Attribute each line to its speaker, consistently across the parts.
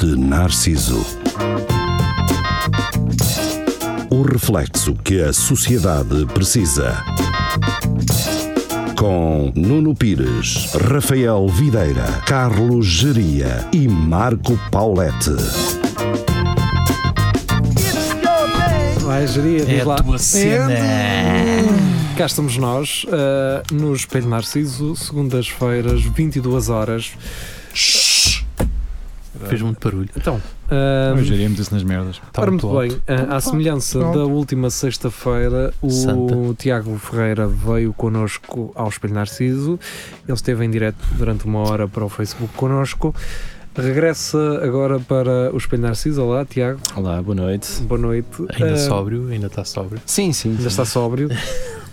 Speaker 1: de Narciso. O reflexo que a sociedade precisa. Com Nuno Pires, Rafael Videira, Carlos Geria e Marco Paulette.
Speaker 2: Vai, geria, diz
Speaker 3: É
Speaker 2: lá.
Speaker 3: a tua cena.
Speaker 2: Cá estamos nós, eh, no Espelho Narciso, segundas-feiras, 22 horas.
Speaker 3: Fez muito barulho.
Speaker 2: Então, ah,
Speaker 4: Hoje iríamos isso nas merdas. Tá
Speaker 2: ora, muito
Speaker 4: alto.
Speaker 2: bem, ah, à semelhança
Speaker 4: pronto.
Speaker 2: da última sexta-feira, o
Speaker 3: Santa.
Speaker 2: Tiago Ferreira veio connosco ao Espelho Narciso. Ele esteve em direto durante uma hora para o Facebook connosco. Regressa agora para o Espelho Narciso. Olá, Tiago.
Speaker 5: Olá, boa noite.
Speaker 2: Boa noite.
Speaker 3: Ainda
Speaker 2: Ah,
Speaker 3: sóbrio, ainda está sóbrio.
Speaker 5: Sim, sim.
Speaker 2: ainda está sóbrio.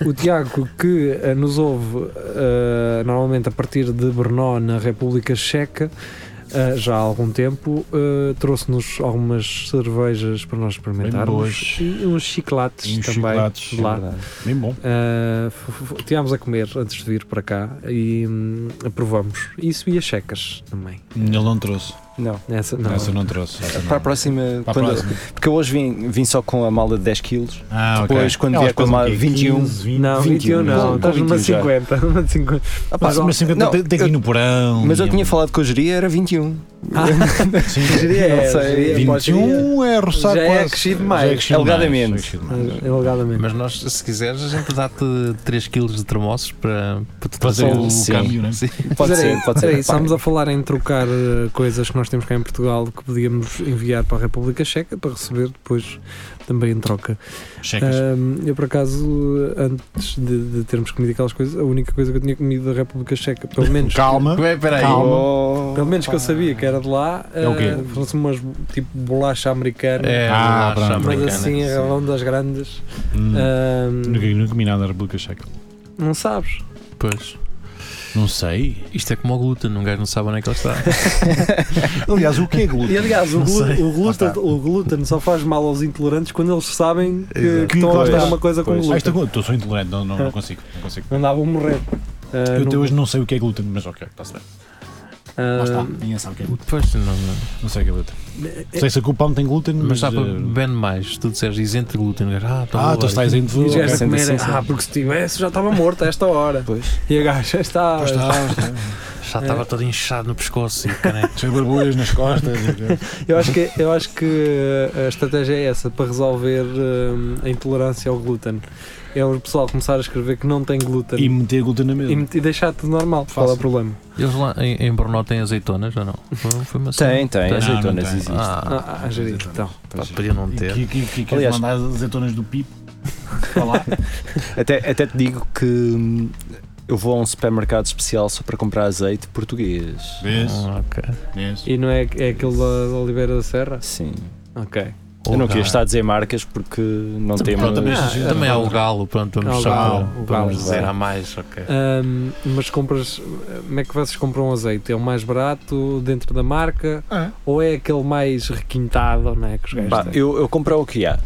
Speaker 2: O Tiago, que eh, nos ouve eh, normalmente a partir de Brno, na República Checa, eh, já há algum tempo, eh, trouxe-nos algumas cervejas para nós experimentarmos
Speaker 4: boas.
Speaker 2: e uns chiclates
Speaker 4: Uns
Speaker 2: também
Speaker 4: chiclates,
Speaker 2: de lá.
Speaker 4: Bem bom.
Speaker 2: Eh, f- f- Tivemos a comer antes de vir para cá e hum, aprovamos. Isso e as checas também.
Speaker 4: Ele não trouxe.
Speaker 5: Não.
Speaker 2: Essa, não,
Speaker 4: Essa não trouxe.
Speaker 2: Tá
Speaker 4: essa não.
Speaker 5: Para a próxima,
Speaker 4: Para a
Speaker 5: quando-
Speaker 4: próxima.
Speaker 5: porque eu hoje vim, vim só com a mala de 10 kg.
Speaker 4: Ah, ok.
Speaker 5: Depois, quando
Speaker 4: Elas
Speaker 5: vier com a
Speaker 4: pesam
Speaker 5: mala
Speaker 4: o quê?
Speaker 5: 21.
Speaker 4: 15, 20.
Speaker 2: não 21
Speaker 5: 21,
Speaker 2: não,
Speaker 5: com
Speaker 2: estás numa
Speaker 5: 21 já.
Speaker 2: 50, numa 50.
Speaker 5: Ah, pá,
Speaker 4: Mas, mas 50
Speaker 5: Tá, não,
Speaker 4: tem, tem que ir no porão.
Speaker 5: eu- mas eu
Speaker 4: e-
Speaker 5: tinha falado com a geria, era 21.
Speaker 4: Sim.
Speaker 2: Geria é,
Speaker 5: Não sei,
Speaker 2: geria, pode gerir.
Speaker 4: 21 é roçar
Speaker 2: Já é
Speaker 4: quase.
Speaker 2: crescido mais.
Speaker 4: Já é crescido
Speaker 5: Alegadamente. Ah,
Speaker 4: mais, já é crescido mais.
Speaker 2: Eh, Alegadamente.
Speaker 3: Mas nós, se quiseres, a gente dá-te 3 kg de termossos para, para tu
Speaker 4: Fazer
Speaker 3: trazer
Speaker 4: o
Speaker 3: Sim.
Speaker 4: câmbio, né?
Speaker 3: Sim.
Speaker 5: Pode
Speaker 2: Mas era-
Speaker 5: ser, pode
Speaker 2: era
Speaker 5: ser.
Speaker 2: isso,
Speaker 5: Pá,
Speaker 2: estávamos a falar em trocar eh, coisas que nós temos cá em Portugal que podíamos enviar para a República Checa para receber depois também em troca.
Speaker 4: Checas.
Speaker 2: Ahm, eu, por acaso, antes de, de termos comido aquelas coisas, a única coisa que eu tinha comido da República Checa, pelo
Speaker 5: ah,
Speaker 2: menos.
Speaker 4: Calma.
Speaker 3: Ué, peraí.
Speaker 4: Calma.
Speaker 5: oh,
Speaker 2: Pelo menos que eu sabia que era de lá,
Speaker 4: É o quê?
Speaker 2: eh, fosse umas tipo bolacha americana,
Speaker 3: É,
Speaker 4: Ah,
Speaker 3: bolacha
Speaker 4: pronto.
Speaker 2: mas
Speaker 3: americana.
Speaker 2: assim, a
Speaker 3: Sim.
Speaker 2: ronda das grandes.
Speaker 4: Hum.
Speaker 5: Ah,
Speaker 4: Nunca,
Speaker 2: Ahm,
Speaker 4: nunca comi nada da República Checa.
Speaker 2: não sabes?
Speaker 3: Pois.
Speaker 4: Não sei.
Speaker 3: Isto é como o glúten, um gajo não sabe onde é que ele está.
Speaker 4: Aliás, o que é glúten?
Speaker 2: E aliás, o,
Speaker 4: Não
Speaker 2: glu-
Speaker 4: sei.
Speaker 2: o
Speaker 4: Lá
Speaker 2: glúten,
Speaker 4: está.
Speaker 2: o glúten só faz mal aos intolerantes quando eles sabem que,
Speaker 3: Exato.
Speaker 2: que estão a
Speaker 5: Pois,
Speaker 2: fazer uma coisa com
Speaker 5: pois.
Speaker 4: Ah,
Speaker 2: glúten.
Speaker 4: isto é glúten. Estou só intolerante, não,
Speaker 5: Ah.
Speaker 4: não, não consigo. Não consigo.
Speaker 2: Mandavam morrer. Ah,
Speaker 4: Eu até
Speaker 2: não-
Speaker 4: hoje não sei o que é glúten, mas ok, está-se bem.
Speaker 2: ah,
Speaker 4: Lá está, ninguém sabe o que é glúten.
Speaker 3: Pois, não, não.
Speaker 4: Não sei o que é glúten. Sei se a culpa não tem glúten,
Speaker 3: Mas
Speaker 4: mas.
Speaker 3: dá para
Speaker 4: eh,
Speaker 3: bem mais. Se tu disseres isento de glúten, o gajo, ah, tá
Speaker 4: Ah,
Speaker 3: bom,
Speaker 4: tu
Speaker 3: agora.
Speaker 4: estás em
Speaker 2: E os gajos a
Speaker 5: Sendo
Speaker 2: comerem,
Speaker 5: assim, sim.
Speaker 2: ah, porque se tivesse já estava morto a esta hora.
Speaker 5: Pois.
Speaker 2: E a gaja está.
Speaker 3: Já estava todo inchado no pescoço. E,
Speaker 4: Cheio de borbulhas nas costas.
Speaker 2: Eu acho, que, eu acho que a estratégia é essa para resolver hum, a intolerância ao glúten. É o pessoal começar a escrever que não tem glúten
Speaker 4: e
Speaker 2: e,
Speaker 4: meter glúten na mesa.
Speaker 2: e deixar tudo normal. Qual é o
Speaker 4: Fácil.
Speaker 2: problema?
Speaker 3: Eles lá em, em Brno têm azeitonas ou não? Foi- Foi uma
Speaker 5: Tem, tem,
Speaker 3: Não,
Speaker 5: azeitonas
Speaker 4: não tem.
Speaker 5: existem.
Speaker 3: Ah,
Speaker 2: Ah, ah, Jerry, então.
Speaker 3: pá, podia não ter.
Speaker 4: Que, que, que, que
Speaker 5: Aliás-
Speaker 4: mandar as azeitonas do pipo. Para lá.
Speaker 5: Até, até te digo que hum, eu vou a um supermercado especial só para comprar azeite português.
Speaker 4: Vês?
Speaker 3: Ah, ok.
Speaker 4: Vês?
Speaker 2: E não é, é aquele da da Oliveira da Serra?
Speaker 5: Sim.
Speaker 2: Ok.
Speaker 5: eu não
Speaker 3: Ou-
Speaker 5: queria
Speaker 3: ah,
Speaker 5: estar a dizer marcas porque não
Speaker 4: Também-
Speaker 5: temos.
Speaker 4: também-
Speaker 3: Ah,
Speaker 4: Sim.
Speaker 3: também há o galo, pronto,
Speaker 2: Há
Speaker 3: vamos
Speaker 2: o
Speaker 3: só
Speaker 4: galo,
Speaker 3: para-
Speaker 2: o
Speaker 3: para
Speaker 2: galo,
Speaker 3: vamos dizer
Speaker 5: vai.
Speaker 3: a mais, ok.
Speaker 2: Hum, mas compras. Como é que vocês compram azeite? É o mais barato dentro da marca?
Speaker 4: É.
Speaker 2: Ou é aquele mais requintado, não é? Que os gajos
Speaker 5: Pá,
Speaker 2: têm?
Speaker 5: eu, eu compro o que há.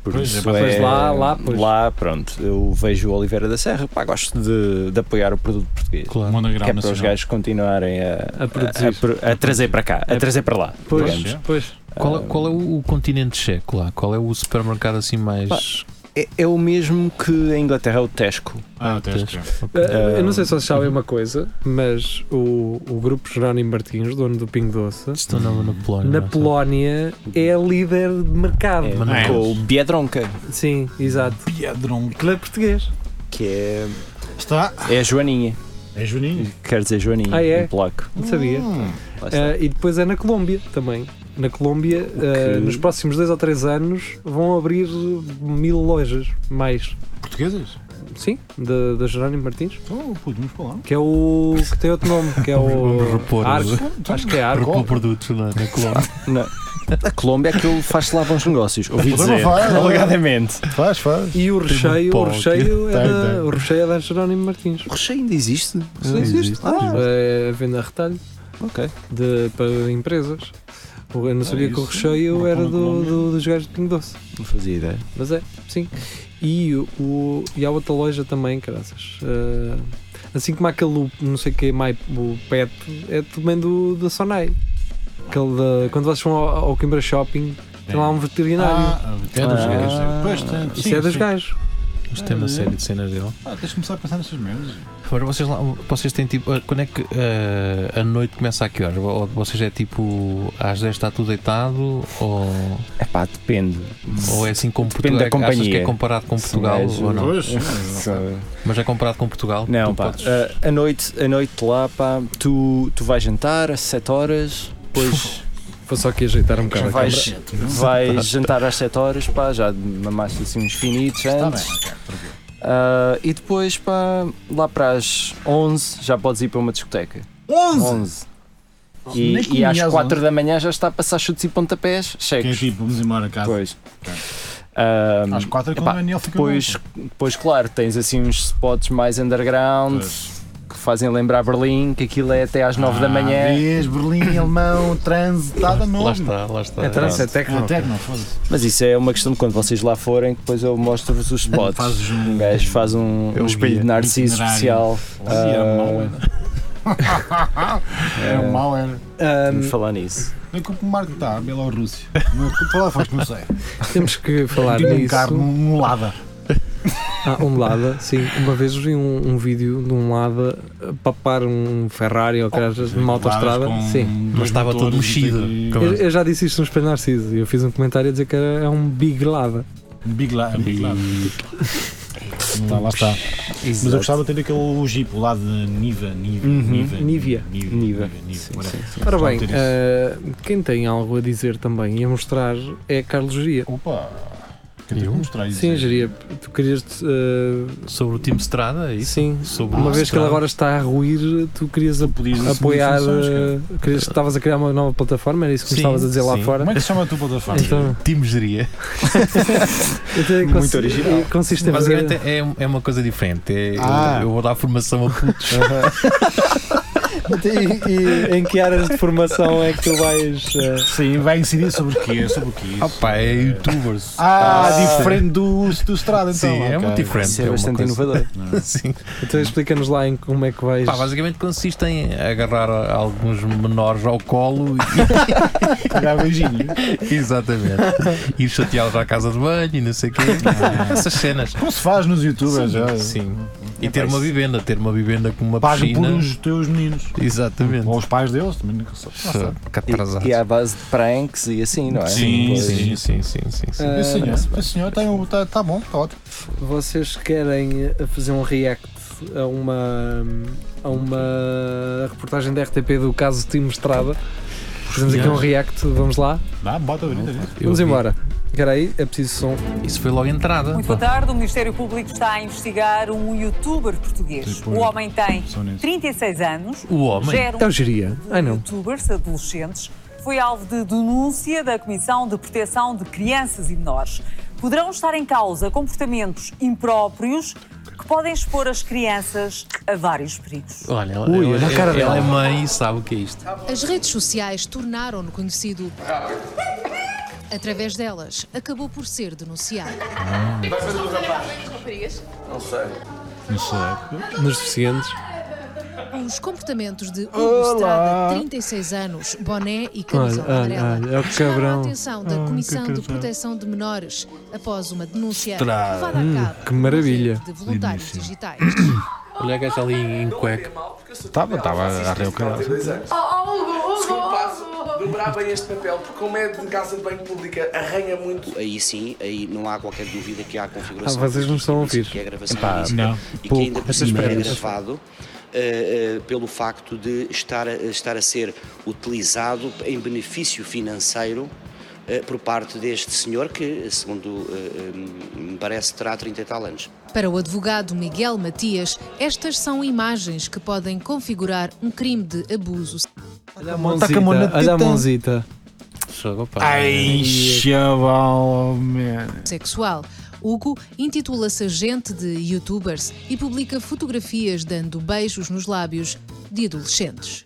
Speaker 5: Por
Speaker 4: Pois,
Speaker 5: isso
Speaker 4: é, pá,
Speaker 2: pois lá- lá, pois.
Speaker 5: lá, pronto, eu vejo o Oliveira da Serra, pá, gosto de, de apoiar o produto português.
Speaker 4: Um
Speaker 3: Claro.
Speaker 4: monograma
Speaker 5: que é para os
Speaker 4: nacional.
Speaker 5: gajos continuarem a,
Speaker 2: A produzir.
Speaker 5: a pro- a trazer para cá, a
Speaker 2: É.
Speaker 5: trazer para lá.
Speaker 2: Pois,
Speaker 5: digamos.
Speaker 2: pois.
Speaker 3: Qual, é- qual é o, o continente checo lá? Qual é o supermercado assim mais.
Speaker 5: Pá, É, é o mesmo que em Inglaterra é o Tesco.
Speaker 4: Ah, o teste.
Speaker 2: Ah, eu não sei se vocês sabem uma coisa, mas o, o grupo Jerónimo Martins, dono do Pingo Doce,
Speaker 3: Estou na, na Polónia. não
Speaker 2: na
Speaker 3: sei.
Speaker 2: Polónia é líder de mercado.
Speaker 5: É,
Speaker 3: Mas não é.
Speaker 5: com o Biedronka,
Speaker 2: Sim, exato.
Speaker 4: Piedron.
Speaker 2: Aquilo é português.
Speaker 5: que é,
Speaker 4: Está.
Speaker 5: é a Joaninha.
Speaker 4: É Juninho.
Speaker 5: Quer dizer, Joaninha,
Speaker 2: Ah, é?
Speaker 5: em polaco.
Speaker 2: Não sabia.
Speaker 4: Hum.
Speaker 5: Lá está.
Speaker 2: Ah, e depois é na Colômbia também. Na Colômbia, ah, nos próximos dois ou três anos, vão abrir mil lojas mais.
Speaker 4: Portuguesas?
Speaker 2: Sim, da da Jerónimo Martins,
Speaker 4: Então, puto, vamos para lá.
Speaker 2: que é o que tem outro nome, que é
Speaker 3: Vamos
Speaker 2: o
Speaker 3: repor.
Speaker 2: Arco.
Speaker 4: Então,
Speaker 2: Acho que é Arco.
Speaker 3: Repor produtos na, na Colômbia.
Speaker 5: A Colômbia é aquilo faz-se lá bons negócios, ouvi
Speaker 4: Também
Speaker 5: dizer.
Speaker 4: faz, não é?
Speaker 5: Alegadamente.
Speaker 4: Faz, faz.
Speaker 2: E o recheio,
Speaker 3: pó
Speaker 2: o recheio, é
Speaker 4: um Tem,
Speaker 2: da,
Speaker 4: tem.
Speaker 2: o recheio é da Jerónimo Martins.
Speaker 5: O recheio ainda existe?
Speaker 2: Sim,
Speaker 3: existe.
Speaker 5: Ah,
Speaker 2: É a venda a retalho
Speaker 5: ok.
Speaker 2: de, para empresas. Eu não sabia que o
Speaker 4: Ah, isso.
Speaker 2: recheio
Speaker 4: Não
Speaker 2: era
Speaker 4: como
Speaker 2: do,
Speaker 4: Colômbia.
Speaker 2: do- dos gajos de Pingo Doce.
Speaker 5: Não fazia ideia.
Speaker 2: Mas é, sim. E, o- o, e há outra loja também, caraças. Ah, assim como aquele, não sei o que, mais, o PET, é também do, da Sonai. Aquele da- quando vocês vão ao, ao Coimbra Shopping, tem lá um veterinário.
Speaker 4: Ah,
Speaker 3: É dos gajos.
Speaker 4: Pois, tem-
Speaker 2: Isso
Speaker 4: sim,
Speaker 2: é dos
Speaker 4: sim.
Speaker 2: gajos.
Speaker 3: Mas tem uma série de cenas dele.
Speaker 4: Ah, tens de começar a pensar nessas merdas.
Speaker 3: Agora vocês lá, vocês têm tipo. ah, Quando é que ah, a noite começa a que horas? Ou vocês é tipo às 10 está tudo deitado? Ou,
Speaker 5: É pá, depende.
Speaker 3: ou é assim como
Speaker 5: Depende da
Speaker 3: Portugal? Achas que é
Speaker 5: companhia.
Speaker 3: comparado com
Speaker 5: Sim,
Speaker 3: Portugal
Speaker 5: gajo.
Speaker 3: ou não?
Speaker 4: Pois, sim,
Speaker 5: Só-
Speaker 3: Mas é comparado com Portugal?
Speaker 5: Não,
Speaker 3: Tu
Speaker 5: pá, Ah,
Speaker 3: podes-
Speaker 5: a- a, noite, a noite lá, pá, tu, tu vais jantar às 7 horas, depois
Speaker 2: Vou só aqui ajeitar um bocado a
Speaker 5: Vais-
Speaker 2: câmera.
Speaker 5: vais jantar às 7 horas, pá, já mamaste assim uns finitos
Speaker 4: Está
Speaker 5: antes.
Speaker 4: Tá bem, cara, tranquilo.
Speaker 5: Ah, e depois, pá, lá para as 11 já podes ir para uma discoteca.
Speaker 4: 11!
Speaker 5: 11. E,
Speaker 4: Nem
Speaker 5: e às
Speaker 4: comia às
Speaker 5: 4 da manhã já está a passar chutes e pontapés,
Speaker 4: Que é
Speaker 5: cheques.
Speaker 4: tipo, vamos embora a casa.
Speaker 5: Pois. Ah,
Speaker 4: Às 4 é quando
Speaker 5: Epá,
Speaker 4: o Daniel fica
Speaker 5: depois,
Speaker 4: bom.
Speaker 5: depois, claro, tens assim uns spots mais underground
Speaker 4: Pois.
Speaker 5: que fazem lembrar Berlim, que aquilo é até às 9 da
Speaker 4: Ah,
Speaker 5: manhã.
Speaker 4: Vês, Berlim, alemão, trânsito, está da
Speaker 3: Lá
Speaker 4: novo.
Speaker 3: está, lá está.
Speaker 2: É trance, é
Speaker 4: É
Speaker 2: técnico.
Speaker 4: tecno, foda-se.
Speaker 5: Mas isso é uma questão de quando vocês lá forem, que depois eu mostro-vos os spots.
Speaker 4: Fazes um.
Speaker 5: Um gajo faz um,
Speaker 3: Eu
Speaker 5: um espelho
Speaker 3: via.
Speaker 5: de narciso
Speaker 4: Itinerário.
Speaker 5: especial.
Speaker 4: Fazia,
Speaker 5: Ah, É.
Speaker 4: mau é. era. Era um mau, era.
Speaker 5: Vamos
Speaker 2: Ahm,
Speaker 5: falar nisso.
Speaker 4: Não é culpa o Marco está, a Bielorrússia. Não é culpa lá, faz, não sei.
Speaker 2: temos que falar
Speaker 4: Tinha um
Speaker 2: nisso.
Speaker 4: carro, um um lada.
Speaker 2: Ah, um Lada, sim. Uma vez vi um, um vídeo de um Lada a papar um Ferrari
Speaker 4: Oh,
Speaker 2: ou caras numa autostrada. Sim.
Speaker 3: Mas estava todo mexido. Com-
Speaker 2: Eu, eu já disse isto no Espelho Narciso e eu fiz um comentário a dizer que era é um Big Lada.
Speaker 4: Big Lada. Big Lada. Lá, lá está. Mas eu gostava de ter aquele Jeep, o lado de Niva. Niva.
Speaker 5: Uhum.
Speaker 4: Niva.
Speaker 2: Nivea.
Speaker 4: Niva.
Speaker 5: Niva.
Speaker 4: Niva, Niva,
Speaker 5: Sim,
Speaker 4: whatever.
Speaker 5: sim, sim.
Speaker 2: Ora bem,
Speaker 4: Gostava de ter isso.
Speaker 2: ah, quem tem algo a dizer também e a mostrar é Carlos Geria.
Speaker 4: Opa. Queria
Speaker 3: Eu?
Speaker 4: mostrar isso.
Speaker 2: Sim, Geria, tu querias. ah,
Speaker 3: Sobre o time Estrada, é isso?
Speaker 2: sim.
Speaker 3: Sobre
Speaker 2: Uma
Speaker 3: o
Speaker 2: vez que ele
Speaker 3: Estrada.
Speaker 2: agora está a ruir, tu querias a-
Speaker 4: Podias assumir
Speaker 2: apoiar.
Speaker 4: funções, cara.
Speaker 2: ah, querias que estavas a criar uma nova plataforma, era isso que me
Speaker 3: é. Sim,
Speaker 2: estavas a dizer lá
Speaker 3: sim.
Speaker 2: fora.
Speaker 4: Como é que se chama a tua plataforma?
Speaker 2: Então,
Speaker 3: Time Geria.
Speaker 2: então,
Speaker 5: Muito
Speaker 2: consi-
Speaker 5: original.
Speaker 2: Consiste em fazer-
Speaker 3: Basicamente é, é uma coisa diferente. É- eu-
Speaker 4: Ah.
Speaker 3: Eu vou dar formação a putos.
Speaker 2: E, e em que áreas de formação é que tu vais. eh,
Speaker 4: Sim, vai incidir sobre o quê? Sobre o quê?
Speaker 3: Ah, pá, é youtubers.
Speaker 4: Ah,
Speaker 5: Ah,
Speaker 4: diferente do, do Strada, então.
Speaker 3: Sim, é
Speaker 4: ok.
Speaker 3: muito diferente.
Speaker 5: Isso é
Speaker 3: uma
Speaker 5: bastante
Speaker 3: coisa-
Speaker 5: inovador.
Speaker 3: Sim.
Speaker 2: então explica-nos lá em como é que vais.
Speaker 3: Pá, basicamente consiste em agarrar alguns menores ao colo
Speaker 4: Dá beijinho.
Speaker 3: e, exatamente, ir chateá-los à casa de banho e não sei o quê. Essas cenas.
Speaker 4: Como se faz nos youtubers? é. já.
Speaker 3: Sim. E ter uma vivenda, ter uma vivenda com uma
Speaker 4: Pago por
Speaker 3: piscina.
Speaker 4: os teus meninos.
Speaker 3: Exatamente.
Speaker 4: Ou os pais deles, também nunca sei. Lá
Speaker 3: Só,
Speaker 4: está.
Speaker 3: que atrasados.
Speaker 5: E, e à base de pranks e assim, não é?
Speaker 4: Sim,
Speaker 5: Pois.
Speaker 3: Sim, sim, sim, sim, sim.
Speaker 2: Ah,
Speaker 4: Sim, senhor. Sim, senhor. Está tá, tá bom, está ótimo.
Speaker 2: Vocês querem eh, fazer um react a uma, a uma reportagem da RTP do caso Timo Estrada? Fazemos aqui um react, vamos lá.
Speaker 4: Dá, bota a né? brita.
Speaker 3: Eu
Speaker 2: vamos
Speaker 3: vi-
Speaker 2: embora. Espera aí, é preciso som.
Speaker 3: Isso foi logo a entrada.
Speaker 6: Muito boa tarde. O Ministério Público está a investigar um youtuber português.
Speaker 4: Tipo,
Speaker 6: O homem tem
Speaker 4: só nisso.
Speaker 6: 36 anos,
Speaker 3: O homem.
Speaker 6: gera
Speaker 2: É o
Speaker 6: um
Speaker 2: geria. Ai não.
Speaker 6: youtubers adolescentes, foi alvo de denúncia da Comissão de Proteção de Crianças e Menores. Poderão estar em causa comportamentos impróprios que podem expor as crianças a vários perigos.
Speaker 3: Olha, ela,
Speaker 2: Ui,
Speaker 3: ela-
Speaker 2: olha a cara
Speaker 3: ela é
Speaker 2: dela.
Speaker 3: mãe e sabe o que é isto.
Speaker 7: As redes sociais tornaram-no conhecido. Através delas, acabou por ser denunciado.
Speaker 2: Nos deficientes.
Speaker 7: Os comportamentos de Hugo Estrada, 36 anos, boné e camisola
Speaker 2: Olha, olha,
Speaker 7: amarela,
Speaker 2: olha, é o
Speaker 7: chamaram
Speaker 2: cabrão. Ah,
Speaker 7: a atenção da Comissão de Proteção de Menores após uma denúncia levada a cabo
Speaker 2: Hum, que maravilha.
Speaker 7: por um grupo de voluntários digitais.
Speaker 3: Olha a gaja ali em, em cueca.
Speaker 4: Estava, estava a arrear o caralho.
Speaker 8: Segundo passo, dobrar bem este papel, porque como é de casa de banho pública, arranha muito.
Speaker 9: aí sim, aí não há qualquer dúvida que há a configuração.
Speaker 2: Ah, vocês não estão a ouvir.
Speaker 9: Que é gravação
Speaker 5: Epá,
Speaker 9: ilícita
Speaker 4: não.
Speaker 9: e
Speaker 5: Pouco,
Speaker 9: que ainda por
Speaker 5: essas
Speaker 2: assim,
Speaker 9: cima é
Speaker 5: merdas.
Speaker 9: gravado eh, eh, pelo facto de estar a, estar a ser utilizado em benefício financeiro eh, por parte deste senhor que, segundo eh, eh, me parece, terá 30 e tal anos.
Speaker 7: Para o advogado Miguel Matias, estas são imagens que podem configurar um crime de abuso
Speaker 2: Olha a
Speaker 4: Tá com a mão na
Speaker 2: mãozita. Olha a
Speaker 4: teta.
Speaker 2: mãozita.
Speaker 3: Chegou, pá.
Speaker 4: Ai, chaval, man.
Speaker 7: sexual. Hugo intitula-se agente de youtubers e publica fotografias dando beijos nos lábios de adolescentes.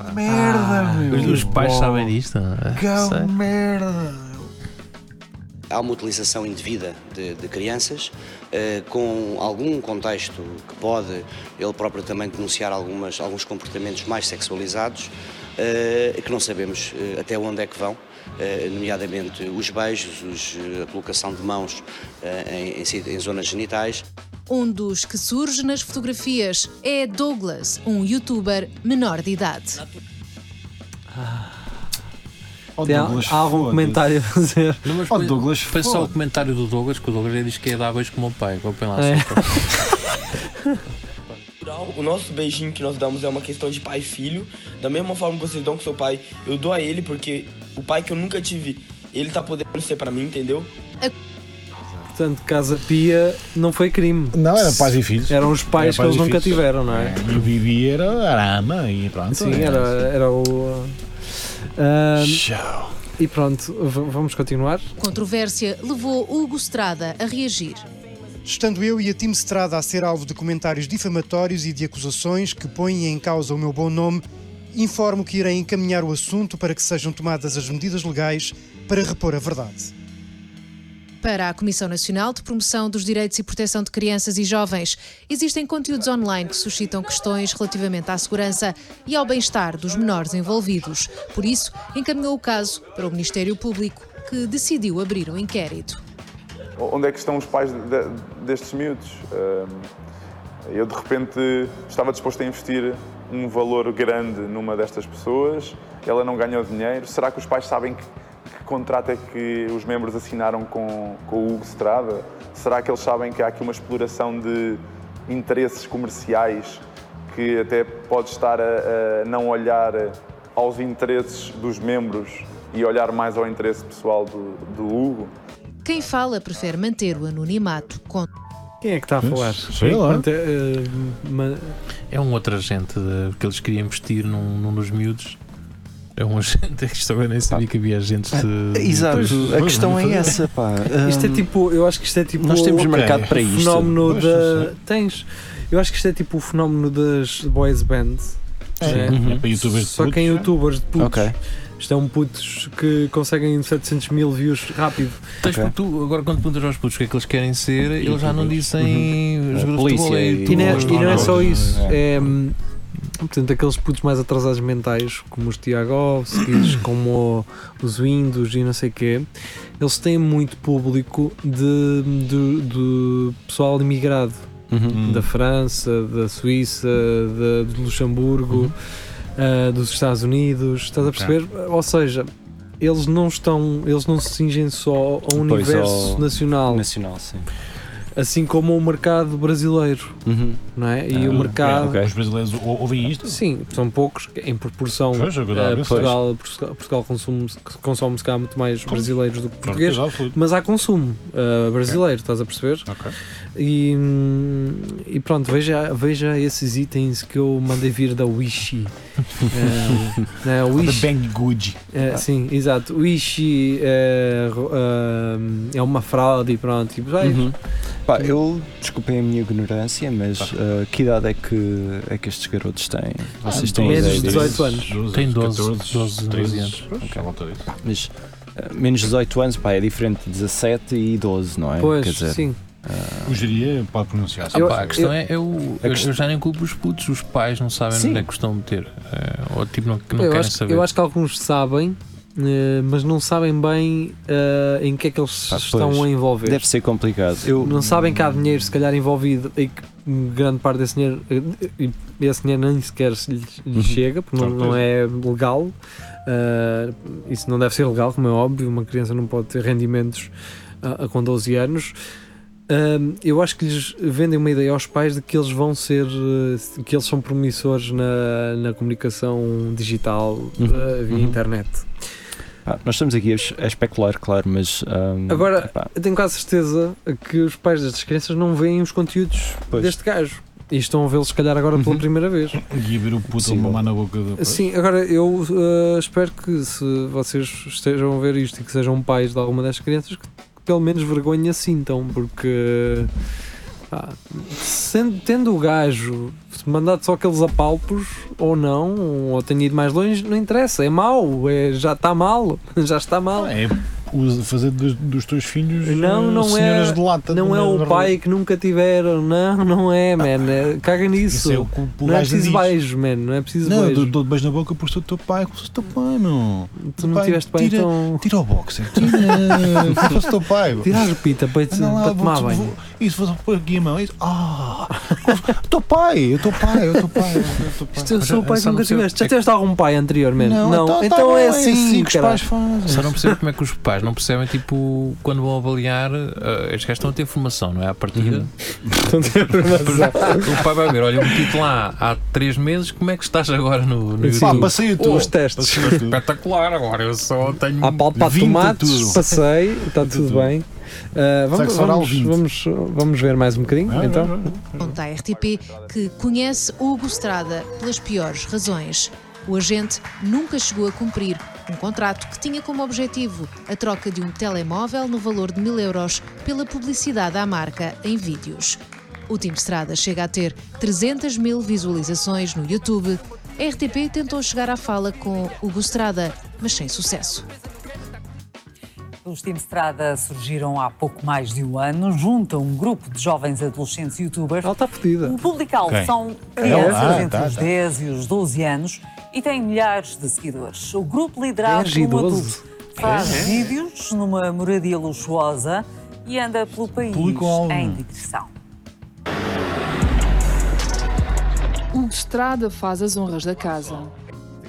Speaker 9: Ah,
Speaker 4: Merda,
Speaker 3: Os,
Speaker 4: meu.
Speaker 3: os pais sabem disto. não é?
Speaker 4: Ah, Que
Speaker 3: Sei.
Speaker 4: merda.
Speaker 9: Há uma utilização indevida de, de crianças, eh, com algum contexto que pode ele próprio também denunciar algumas, alguns comportamentos mais sexualizados, eh, que não sabemos eh, até onde é que vão, eh, nomeadamente os beijos, os, eh, a colocação de mãos eh, em- em si- em zonas genitais.
Speaker 7: Um dos que surge nas fotografias é Douglas, um youtuber menor de idade.
Speaker 4: Oh,
Speaker 2: Tem, há
Speaker 4: Douglas,
Speaker 2: há algum
Speaker 4: foda-se.
Speaker 2: comentário a fazer?
Speaker 3: Não, mas
Speaker 4: Oh,
Speaker 3: põe-
Speaker 4: Douglas,
Speaker 3: põe só o
Speaker 4: foda-se.
Speaker 3: comentário do Douglas, que o Douglas ele diz que é dar beijo como o pai. Vou põe lá
Speaker 2: É.
Speaker 3: só para-
Speaker 8: O nosso beijinho que nós damos é uma questão de pai e filho. Da mesma forma que vocês dão com seu pai, eu dou a ele, porque o pai que eu nunca tive, ele tá podendo ser pra mim, entendeu?
Speaker 2: Portanto, Casa Pia não foi crime.
Speaker 4: Não, era pais e filhos.
Speaker 2: Eram os pais
Speaker 3: É
Speaker 4: Era
Speaker 2: que eles
Speaker 4: e
Speaker 2: nunca
Speaker 4: filhos.
Speaker 2: tiveram, não é?
Speaker 4: E o Bibi era, era a ama e pronto.
Speaker 2: Sim, era, era o. ah,
Speaker 4: Show.
Speaker 2: e pronto, v- vamos continuar.
Speaker 7: Controvérsia levou Hugo Strada a reagir.
Speaker 10: Estando eu e a Tim Strada a ser alvo de comentários difamatórios e de acusações que põem em causa o meu bom nome, informo que irei encaminhar o assunto para que sejam tomadas as medidas legais para repor a verdade.
Speaker 7: Para a Comissão Nacional de Promoção dos Direitos e Proteção de Crianças e Jovens, existem conteúdos online que suscitam questões relativamente à segurança e ao bem-estar dos menores envolvidos. Por isso, encaminhou o caso para o Ministério Público, que decidiu abrir um inquérito.
Speaker 11: Onde é que estão os pais de- de- destes miúdos? Ahm, Eu, de repente, estava disposto a investir um valor grande numa destas pessoas, ela não ganhou dinheiro. Será que os pais sabem que, que contrato é que os membros assinaram com, com o Hugo Strada? Será que eles sabem que há aqui uma exploração de interesses comerciais que até pode estar a, a não olhar eh, aos interesses dos membros e olhar mais ao interesse pessoal do, do Hugo?
Speaker 7: Quem fala prefere manter o anonimato. Com-
Speaker 2: Quem é que está a
Speaker 4: Pois,
Speaker 2: falar?
Speaker 4: sei lá.
Speaker 2: Portanto, ah, ma-
Speaker 3: É um outro agente de- que eles queriam investir num, num dos miúdos. É um agente, isto agora nem sabia que havia agentes de.
Speaker 5: Exato, a
Speaker 4: pois,
Speaker 5: questão é
Speaker 4: vamos fazer.
Speaker 5: essa, pá.
Speaker 2: isto é
Speaker 5: Hum,
Speaker 2: tipo. Eu acho que isto é tipo.
Speaker 5: Nós temos
Speaker 4: ok.
Speaker 5: mercado para
Speaker 2: o
Speaker 5: isto.
Speaker 2: fenómeno
Speaker 4: Pois, é. não
Speaker 2: da.
Speaker 4: sei.
Speaker 2: Tens. Eu acho que isto é tipo o fenómeno das boys bands. né?
Speaker 11: um.
Speaker 4: É para youtubers de
Speaker 2: Só que em
Speaker 4: putos,
Speaker 2: youtubers de putos.
Speaker 5: Uhum. Ok.
Speaker 2: Estão putos que conseguem 700 mil views rápido.
Speaker 3: Tens,
Speaker 5: Ok.
Speaker 3: porque tu, agora, quando perguntas aos putos o que é que eles querem ser, eles já não dizem
Speaker 5: É,
Speaker 3: jogador de
Speaker 5: polícia
Speaker 3: futebol, é
Speaker 5: e-
Speaker 3: youtuber,
Speaker 2: E não é,
Speaker 5: Mas
Speaker 2: e não é
Speaker 5: não,
Speaker 2: só
Speaker 5: não,
Speaker 2: isso.
Speaker 5: é.
Speaker 2: É, hum, portanto, aqueles putos mais atrasados mentais, como os Tiagovskis, como o- os Windows e não sei o quê, eles têm muito público de, de- de pessoal imigrado
Speaker 5: uhum.
Speaker 2: da França, da Suíça, da, do Luxemburgo, ah, dos Estados Unidos. Estás a perceber? Ou seja, eles não estão, eles não se cingem só ao universo
Speaker 5: ao-
Speaker 2: nacional,
Speaker 5: Uhum. Nacional, sim.
Speaker 2: assim como o mercado brasileiro,
Speaker 5: Uhum.
Speaker 2: não é? E
Speaker 4: Ah,
Speaker 2: o mercado
Speaker 5: ok.
Speaker 4: Os brasileiros ou- ouvem isto?
Speaker 2: Sim, são poucos, em proporção.
Speaker 4: Pois, é eu
Speaker 2: eh,
Speaker 4: adoro isso.
Speaker 2: Portugal, Portugal, Portugal consome, consome se calhar muito mais brasileiros do que
Speaker 4: Claro,
Speaker 2: português,
Speaker 4: já fui.
Speaker 2: mas há consumo eh, brasileiro, estás a perceber?
Speaker 4: Ok.
Speaker 2: E, hum, e pronto, veja, veja esses itens que eu mandei vir da Wishi. Eh, né, o
Speaker 4: The
Speaker 2: Wishi
Speaker 4: Bang Good.
Speaker 2: eh, sim, exato. O Ishi eh, ro- eh, é uma fraude e pronto. E, vai,
Speaker 5: Uhum. Pá, eu desculpem a minha ignorância, mas ah, que idade é que, é que estes garotos têm? Vocês têm
Speaker 2: Ah, menos
Speaker 5: ideia
Speaker 2: de
Speaker 5: disso?
Speaker 2: 18 anos.
Speaker 3: Tem 12, 12,
Speaker 4: 12, 13 anos.
Speaker 5: Ok.
Speaker 4: à volta disso.
Speaker 5: Mas ah, menos de 18 anos, pá, é diferente de 17 e 12, não é?
Speaker 2: Pois,
Speaker 5: Quer dizer, eh,
Speaker 2: sim.
Speaker 4: O Jiria pode pronunciar.
Speaker 3: Ah,
Speaker 2: Eu-
Speaker 3: pá, a questão
Speaker 2: eu-
Speaker 3: é, é o,
Speaker 5: A
Speaker 3: eu,
Speaker 5: questão-
Speaker 3: eu já nem culpo os putos, os pais não sabem
Speaker 5: Sim.
Speaker 3: onde é que os estão a meter. Eh, ou tipo, não, que não
Speaker 2: eu,
Speaker 3: querem
Speaker 2: acho,
Speaker 3: saber.
Speaker 2: eu acho que alguns sabem, eh, mas não sabem bem eh, em que é que eles se
Speaker 5: Ah, pois.
Speaker 2: estão a envolver.
Speaker 5: deve ser complicado. Eu,
Speaker 2: Não sabem que há dinheiro, se calhar, envolvido e que grande parte desse dinheiro, eh, e esse dinheiro nem sequer se lhes, lhes
Speaker 5: Uhum.
Speaker 2: chega, porque não,
Speaker 4: Certeza.
Speaker 2: não é legal. Ah, isso não deve ser legal, como é óbvio. Uma criança não pode ter rendimentos ah, com 12 anos. Ah, eu acho que lhes vendem uma ideia aos pais de que eles vão ser, eh, que eles são promissores na, na comunicação digital ah, via
Speaker 5: Uhum.
Speaker 2: internet.
Speaker 5: pá, nós estamos aqui a es- a especular, claro, mas. ah,
Speaker 2: Agora-
Speaker 5: pá,
Speaker 2: Eu tenho quase certeza que os pais destas crianças não veem os conteúdos
Speaker 5: Pois.
Speaker 2: deste gajo. E estão a vê-los, se calhar, agora pela
Speaker 5: Uhum.
Speaker 2: primeira vez.
Speaker 4: E abrir o puto a
Speaker 5: Possível.
Speaker 4: mamar na boca do.
Speaker 2: Sim, agora eu uh, espero que se vocês estejam a ver isto e que sejam pais de alguma destas crianças, que, que pelo menos vergonha sintam, porque. pá, sendo- tendo o gajo mandado só aqueles apalpos, ou não, ou tenha ido mais longe, não interessa, é mau, é, já está mal, já está mal.
Speaker 4: Ah, É usa- fazer dos, dos teus filhos
Speaker 2: Não,
Speaker 4: eh,
Speaker 2: não
Speaker 4: senhoras
Speaker 2: é,
Speaker 4: de lata.
Speaker 2: não
Speaker 4: na-
Speaker 2: é
Speaker 4: na
Speaker 2: o
Speaker 4: rua.
Speaker 2: pai que nunca tiveram, não, não é, man. É- Caga nisso.
Speaker 4: Isso é o que o
Speaker 2: não é
Speaker 4: gajo
Speaker 2: preciso
Speaker 4: diz.
Speaker 2: beijo, man. Não é preciso
Speaker 4: Não, eu
Speaker 2: beijo.
Speaker 4: dou- dou-te beijo na boca porque sou teu pai, porque sou teu pai, meu.
Speaker 2: Tu
Speaker 4: Teu
Speaker 2: não
Speaker 4: pai,
Speaker 2: tiveste pai,
Speaker 4: tira,
Speaker 2: então.
Speaker 4: Tira o boxer, tira. porque fosse teu pai.
Speaker 2: Tira a repita para, te,
Speaker 4: Não,
Speaker 2: para
Speaker 4: não,
Speaker 2: tomar
Speaker 4: vou,
Speaker 2: banho.
Speaker 4: vou, isso, vou pôr aqui a mão. Isso, ah, teu pai, eu teu pai, eu teu pai. Eu teu pai.
Speaker 2: Isto é o seu pai que
Speaker 3: só não
Speaker 2: nunca
Speaker 3: percebo-
Speaker 2: tiveste. Já tiveste algum pai anteriormente?
Speaker 4: Não, então tá bom,
Speaker 2: é
Speaker 4: é
Speaker 2: assim,
Speaker 4: assim que os
Speaker 2: caralho.
Speaker 4: pais fazem.
Speaker 3: Só não percebo como é que os pais não percebem, tipo, quando vão avaliar, eh, estes gajos estão a ter formação, não é? À partida.
Speaker 2: Uhum. Estão a
Speaker 4: é
Speaker 2: ter formação.
Speaker 3: o pai vai ver, olha, eu meti-te lá há 3 meses, como é que estás agora no, no
Speaker 2: Pá,
Speaker 3: YouTube?
Speaker 2: passei tudo. Os testes.
Speaker 3: passei tudo. Espetacular, agora eu só tenho.
Speaker 2: À palpa de
Speaker 3: 20
Speaker 2: tomates,
Speaker 3: tudo.
Speaker 2: passei, está tudo, bem. Ah, vamos,
Speaker 3: Sexo oral,
Speaker 2: vamos, vamos, vamos ver mais um bocadinho, então.
Speaker 7: Conta à RTP que conhece Hugo Estrada pelas piores razões. O agente nunca chegou a cumprir um contrato que tinha como objetivo a troca de um telemóvel no valor de mil euros pela publicidade à marca em vídeos. O Tim Estrada chega a ter 300 mil visualizações no YouTube. A RTP tentou chegar à fala com Hugo Estrada, mas sem sucesso.
Speaker 6: Os Team Estrada surgiram há pouco mais de um ano, junta um grupo de jovens adolescentes youtubers. Ela
Speaker 2: está fodida.
Speaker 6: O público-alvo
Speaker 2: Quem?
Speaker 6: são
Speaker 2: Ela?
Speaker 6: crianças
Speaker 2: Ah,
Speaker 6: entre
Speaker 2: tá,
Speaker 6: os
Speaker 2: tá.
Speaker 6: 10 e os 12 anos e têm milhares de seguidores. O grupo liderado
Speaker 2: 10
Speaker 6: por
Speaker 2: e
Speaker 6: um
Speaker 2: 12.
Speaker 6: adulto faz
Speaker 2: É, é.
Speaker 6: vídeos numa moradia luxuosa e anda pelo país
Speaker 12: Público-alvo.
Speaker 6: em digressão.
Speaker 12: Hugo Estrada faz as honras da casa.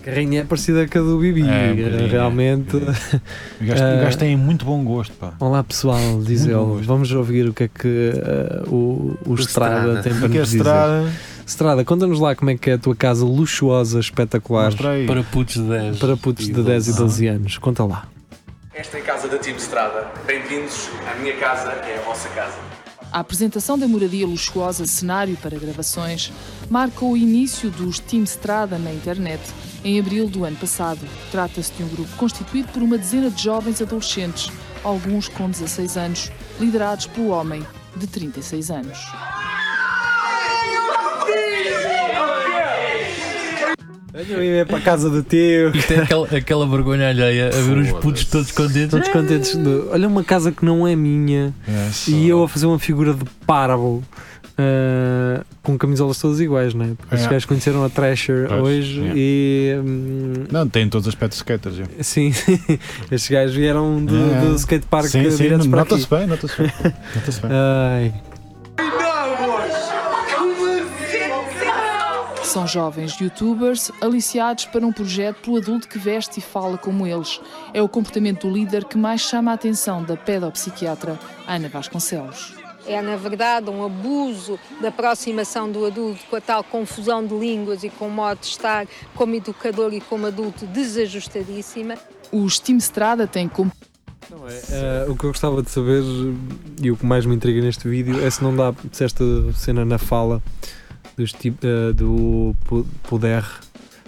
Speaker 2: A rainha é parecida com a do Bibi,
Speaker 4: É, um bocadinho,
Speaker 2: realmente.
Speaker 4: O gajo, o
Speaker 2: Ah,
Speaker 4: gajo tem muito bom gosto, pá.
Speaker 2: Olá pessoal, diz
Speaker 4: Muito
Speaker 2: ele. Vamos ouvir o que é que ah, o, o, Estrada,
Speaker 4: Estrada.
Speaker 2: tem
Speaker 4: O
Speaker 2: para
Speaker 4: que é
Speaker 2: nos dizer.
Speaker 4: Estrada?
Speaker 2: Estrada, conta-nos lá como é que é a tua casa luxuosa, espetacular.
Speaker 4: Mostra aí. Ah. Para
Speaker 3: putos de 10.
Speaker 2: Para putos de 10 e 12 anos. Conta lá.
Speaker 13: Esta é a casa da Team Estrada. Bem-vindos. A minha casa é a vossa casa.
Speaker 12: A apresentação da moradia luxuosa cenário para gravações marca o início dos Team Strada na internet em abril do ano passado. Trata-se de um grupo constituído por uma dezena de jovens adolescentes, alguns com 16 anos, liderados por um homem de 36 anos.
Speaker 2: Venham ir para a casa do teu.
Speaker 3: Isto é aquela, aquela vergonha alheia a ver os putos todos contentes.
Speaker 2: Todos contentes. de- Olha uma casa que não é minha e eu a fazer uma figura de párvulo. ah, com camisolas todas iguais, não é? Porque estes
Speaker 4: É.
Speaker 2: gajos conheceram a Thrasher
Speaker 4: Pois,
Speaker 2: hoje
Speaker 4: é.
Speaker 2: e. hum,
Speaker 4: Não, tem em todos os aspectos skaters. já.
Speaker 2: Sim, estes gajos vieram do,
Speaker 4: É.
Speaker 2: do skatepark
Speaker 4: Sim, sim,
Speaker 2: diretos para aqui.
Speaker 4: nota-se bem, nota-se bem. Nota-se bem.
Speaker 2: Ai.
Speaker 12: São jovens youtubers aliciados para um projeto pelo adulto que veste e fala como eles. É o comportamento do líder que mais chama a atenção da pedopsiquiatra Ana Vasconcelos.
Speaker 14: É, na verdade, um abuso da aproximação do adulto com a tal confusão de línguas e com o modo de estar como educador e como adulto desajustadíssima.
Speaker 12: Os Team Strada têm como
Speaker 2: Ah, o que eu gostava de saber e o que mais me intriga neste vídeo é se não dá se esta cena na fala dos ti- ah, do pu- poder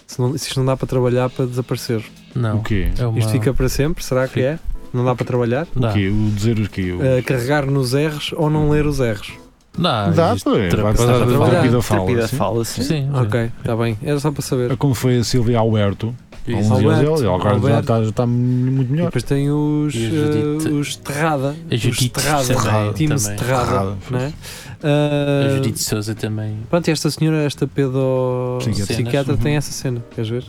Speaker 2: se, não, se isto não dá para trabalhar para desaparecer.
Speaker 3: Não.
Speaker 4: O quê? É uma-
Speaker 2: Isto fica para sempre? Será que é? Não dá para trabalhar?
Speaker 4: O quê? O dizer o quê? O-
Speaker 2: Ah, carregar nos R's ou não ler os R's?
Speaker 3: Não,
Speaker 4: Dá, existe pô, é, terapia- vai para a terapia da fala,
Speaker 2: Terapia
Speaker 4: sim.
Speaker 2: sim.
Speaker 4: Sim,
Speaker 2: Ok, está bem. Era só para saber.
Speaker 4: Como foi a Silvia Alberto. Há uns
Speaker 2: Isso.
Speaker 4: dias
Speaker 2: Alberto,
Speaker 4: ela, agora já
Speaker 2: Alberto.
Speaker 4: está, já está muito
Speaker 2: E
Speaker 4: melhor.
Speaker 2: depois tem os,
Speaker 4: E a Judite.
Speaker 2: eh, os Terrada.
Speaker 3: A Judite
Speaker 2: os Terrada.
Speaker 3: também,
Speaker 2: Times
Speaker 3: também.
Speaker 2: Terrada.
Speaker 3: Terrada,
Speaker 2: não é?
Speaker 3: A
Speaker 2: Ah,
Speaker 3: Judite Souza também.
Speaker 2: Pronto, e esta senhora, esta pedo
Speaker 3: Psiquiatra.
Speaker 2: psiquiatra
Speaker 3: Cenas,
Speaker 2: tem
Speaker 3: uhum.
Speaker 2: essa cena, queres ver?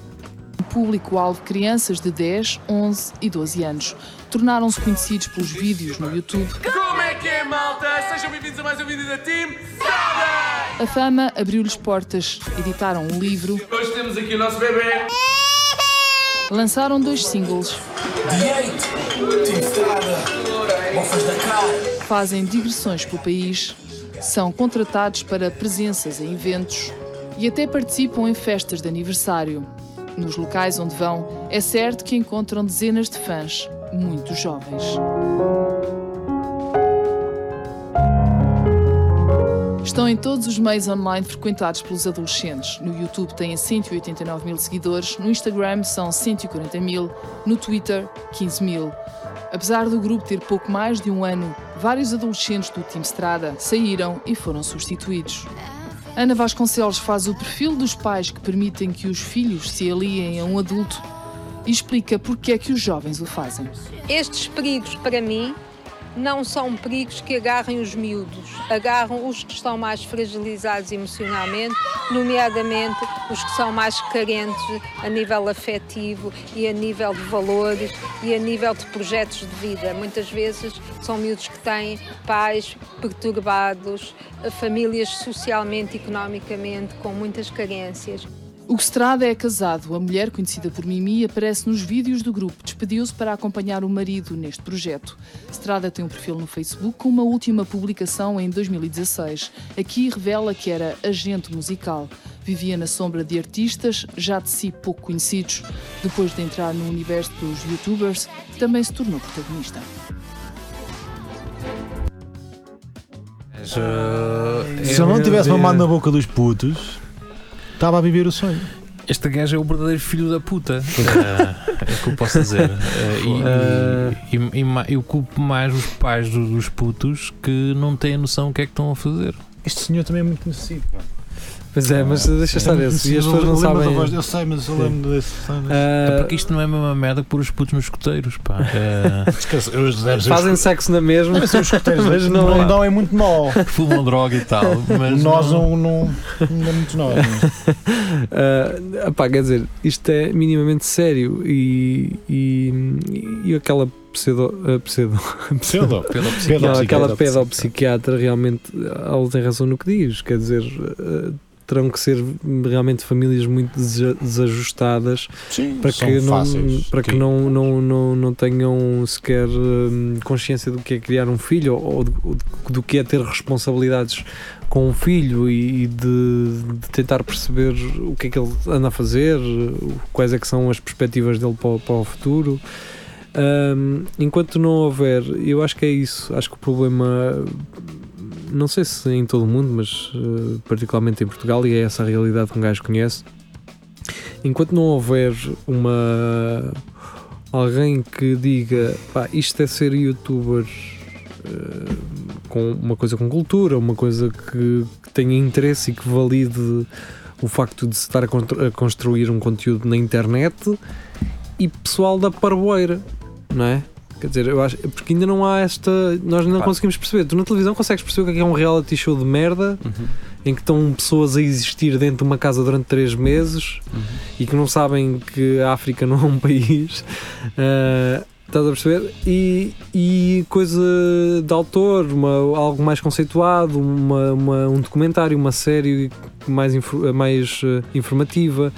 Speaker 12: público-alvo crianças de 10, 11 e 12 anos. Tornaram-se conhecidos pelos vídeos no YouTube.
Speaker 13: Como é que é, malta? Sejam bem-vindos a mais um vídeo da Team Estrada!
Speaker 12: A fama abriu-lhes portas, editaram um livro,
Speaker 13: Hoje temos aqui o nosso bebê.
Speaker 12: lançaram dois singles,
Speaker 13: Direito! Team Estrada! Bofas da cara!
Speaker 12: fazem digressões pelo país, são contratados para presenças em eventos e até participam em festas de aniversário. Nos locais onde vão, é certo que encontram dezenas de fãs, muito jovens. Estão em todos os meios online frequentados pelos adolescentes. No YouTube têm 189 mil seguidores, no Instagram são 140 mil, no Twitter 15 mil. Apesar do grupo ter pouco mais de um ano, vários adolescentes do Team Strada saíram e foram substituídos. Ana Vasconcelos faz o perfil dos pais que permitem que os filhos se aliem a um adulto e explica porque é que os jovens o fazem.
Speaker 14: Estes perigos, para mim, não são perigos que agarrem os miúdos, agarram os que estão mais fragilizados emocionalmente, nomeadamente os que são mais carentes a nível afetivo e a nível de valores e a nível de projetos de vida. Muitas vezes são miúdos que têm pais perturbados, eh, famílias socialmente e economicamente com muitas carências.
Speaker 12: O Estrada é casado. A mulher, conhecida por Mimi, aparece nos vídeos do grupo. Despediu-se para acompanhar o marido neste projeto. Estrada tem um perfil no Facebook com uma última publicação em 2016. Aqui revela que era agente musical. Vivia na sombra de artistas, já de si pouco conhecidos. Depois de entrar no universo dos youtubers, também se tornou protagonista.
Speaker 2: É
Speaker 3: é
Speaker 4: Se eu não tivesse mamado na boca dos putos, estava a viver o sonho.
Speaker 3: Este gajo é o verdadeiro filho da puta. Ah, é o que eu posso dizer. Ah, e, e, e, ma- eu culpo mais os pais do- dos putos que não têm noção do que é que estão a fazer.
Speaker 4: Este senhor também é muito conhecido. pá.
Speaker 2: Pois é, mas deixa estar esse. E as
Speaker 4: Eu
Speaker 2: pessoas não
Speaker 4: lembro da
Speaker 2: sabem. Ah,
Speaker 4: voz, Eu sei, mas eu
Speaker 2: Sim.
Speaker 4: lembro desse. sei, mas-
Speaker 3: É porque isto não é a mesma merda que pôr os putos nos escoteiros, pá. Ah,
Speaker 4: Esquece, eu- eu-
Speaker 2: Fazem
Speaker 4: eu-
Speaker 2: sexo na
Speaker 3: É
Speaker 2: mesma,
Speaker 4: Mas os escoteiros
Speaker 2: mas
Speaker 4: não,
Speaker 2: não é.
Speaker 4: dão é muito mal.
Speaker 3: Fumam droga e tal, mas
Speaker 4: nós
Speaker 3: não-
Speaker 4: não, não, não é muito nós.
Speaker 2: Ah, pá, quer dizer, isto é minimamente sério e, e, e aquela pseudo. ah, pseudo,
Speaker 4: Pseudo.
Speaker 2: Não,
Speaker 4: Pedopsiquiatra.
Speaker 2: aquela pedopsiquiatra realmente ela tem razão no que diz, quer dizer, ah, terão que ser realmente famílias muito desa- desajustadas para
Speaker 4: são
Speaker 2: que, não,
Speaker 4: fáceis.
Speaker 2: para que
Speaker 4: Sim.
Speaker 2: não, não, não, não tenham sequer hum, consciência do que é criar um filho ou, ou do, do que é ter responsabilidades com um filho e, e de, de tentar perceber o que é que ele anda a fazer, o- quais é que são as perspectivas dele para, o- para o futuro. Hum, enquanto não houver, eu acho que é isso, acho que o problema não sei se em todo o mundo, mas eh, particularmente em Portugal, e é essa a realidade que um gajo conhece. Enquanto não houver uma alguém que diga pá, isto é ser youtuber eh, com uma coisa com cultura, uma coisa que, que tenha interesse e que valide o facto de se estar a, contr- a construir um conteúdo na internet e pessoal da parboeira, não é? Quer dizer, eu acho, porque ainda não há esta. Nós não
Speaker 5: Pá.
Speaker 2: conseguimos perceber. Tu na televisão consegues perceber o que é que é um reality show de merda em que estão pessoas a existir dentro de uma casa durante três meses e que não sabem que a África não é um país. Ah, estás a perceber? E, e coisa de autor, uma, algo mais conceituado, uma, uma- um documentário, uma série mais, infor- mais eh, informativa.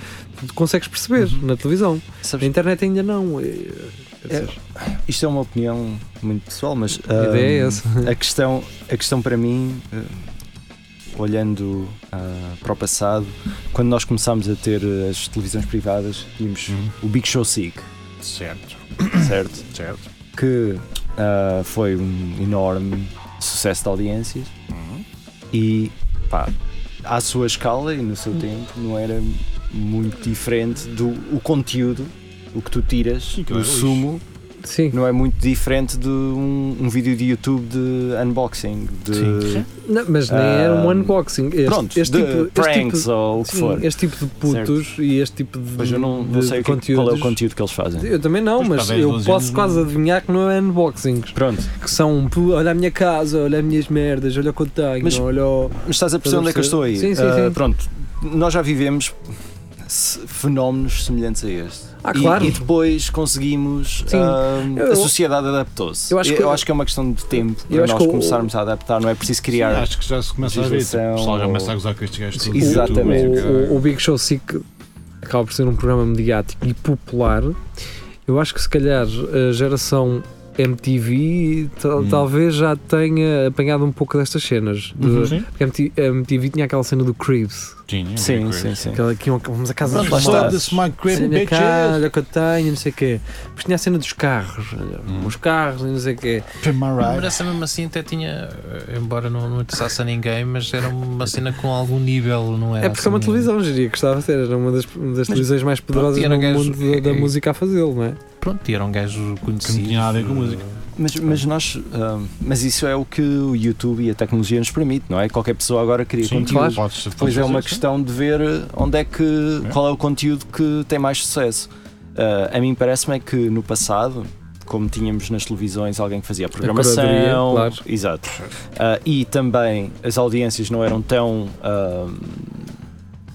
Speaker 2: Tu consegues perceber na televisão. Na internet ainda não. Eh, quer dizer,
Speaker 5: Isto é uma opinião muito pessoal, mas
Speaker 2: A ideia é
Speaker 5: hum,
Speaker 2: essa.
Speaker 5: a questão, a questão para mim, hum, olhando ah, para o passado, quando nós começámos a ter eh, as televisões privadas, tínhamos o Big Show Sick. Uhum. Certo. Certo. certo. Que ah, foi um enorme sucesso de audiências Uhum. e pá, à sua escala e no seu tempo não era muito diferente do o conteúdo, o que tu tiras,
Speaker 4: claro,
Speaker 5: do sumo.
Speaker 2: Não
Speaker 5: é muito diferente de um, um vídeo de YouTube de unboxing. De,
Speaker 2: Sim. Não, mas nem
Speaker 5: Ah,
Speaker 2: era um unboxing. Este,
Speaker 5: pronto,
Speaker 2: este
Speaker 5: de
Speaker 2: tipo, este
Speaker 5: pranks
Speaker 2: tipo-
Speaker 5: ou o que
Speaker 2: sim,
Speaker 5: for.
Speaker 2: Este tipo de putos e este tipo de.
Speaker 5: Mas eu não, não
Speaker 2: de-
Speaker 5: sei
Speaker 2: de
Speaker 5: o que, é que- qual é o
Speaker 2: conteúdos.
Speaker 5: conteúdo que eles fazem.
Speaker 2: Eu também não,
Speaker 5: Pois,
Speaker 2: mas
Speaker 5: para 10,
Speaker 2: eu
Speaker 5: 12
Speaker 2: posso
Speaker 5: anos
Speaker 2: quase adivinhar que não é unboxings.
Speaker 5: Pronto.
Speaker 2: Que são, "Pô, olha a minha casa, olha as minhas merdas, olha o que eu tenho,
Speaker 5: Mas-
Speaker 2: olha o...
Speaker 5: Mas estás a perceber onde é que eu estou aí?
Speaker 2: Sim, sim,
Speaker 5: Ah,
Speaker 2: sim.
Speaker 5: Pronto, nós já vivemos se- fenómenos semelhantes a este.
Speaker 2: Ah,
Speaker 5: E-
Speaker 2: claro.
Speaker 5: E, depois conseguimos.
Speaker 2: Sim.
Speaker 5: ah,
Speaker 2: Eu-
Speaker 5: a sociedade adaptou-se.
Speaker 2: eu acho que-
Speaker 5: eu acho que é uma questão de tempo
Speaker 2: Eu
Speaker 5: para
Speaker 2: acho
Speaker 5: nós
Speaker 2: que o-
Speaker 5: começarmos a adaptar, não é preciso criar.
Speaker 4: Sim, acho que já se começa a ver. Tipo,
Speaker 5: legislação
Speaker 4: o pessoal já
Speaker 5: ou-
Speaker 4: começa a gozar com estes gajos
Speaker 5: Sim,
Speaker 4: todos.
Speaker 5: Exatamente.
Speaker 2: O, o- o Big Show Sick acaba por ser um programa mediático e popular. Eu acho que se calhar a geração MTV tal-
Speaker 3: Hum.
Speaker 2: talvez já tenha apanhado um pouco destas cenas. De,
Speaker 5: Uhum. Sim.
Speaker 2: porque a MTV, a MTV tinha aquela cena do Cribs.
Speaker 4: Tinha,
Speaker 5: Sim, sim, sim.
Speaker 2: Aquela que iam- vamos a casa
Speaker 5: Vamos lá
Speaker 2: pais.
Speaker 5: está. Smart Crib,
Speaker 2: Sim, minha
Speaker 5: bitches.
Speaker 2: casa, Olha o que eu tenho, não sei o quê. Depois tinha a cena dos carros. olha,
Speaker 3: Hum.
Speaker 2: Os carros, e não sei o quê.
Speaker 3: Mas essa mesmo assim até tinha, eh, embora não, não interessasse a ninguém, mas era uma cena com algum nível, não era?
Speaker 2: É porque é uma
Speaker 3: assim,
Speaker 2: televisão, diria que estava a ser. Era uma das, uma das televisões mais poderosas
Speaker 3: pronto, e era
Speaker 2: no
Speaker 3: gajo-
Speaker 2: mundo da, da
Speaker 3: é- é-
Speaker 2: música a fazê-lo, não é?
Speaker 3: Pronto, e era um gajo conhecido.
Speaker 4: não tinha nada a ver com música.
Speaker 5: Mas, mas nós, ah, mas isso é o que o YouTube e a tecnologia nos permite, não é? Qualquer pessoa agora cria
Speaker 4: Sim,
Speaker 5: conteúdo.
Speaker 4: claro. Podes- podes
Speaker 5: Depois é uma
Speaker 4: fazer, sim.
Speaker 5: questão de ver onde é que qual é o conteúdo que tem mais sucesso. Ah, a mim parece-me é que no passado, como tínhamos nas televisões alguém que fazia a programação,
Speaker 2: curadoria, claro.
Speaker 5: exato, Ah, e também as audiências não eram tão ah,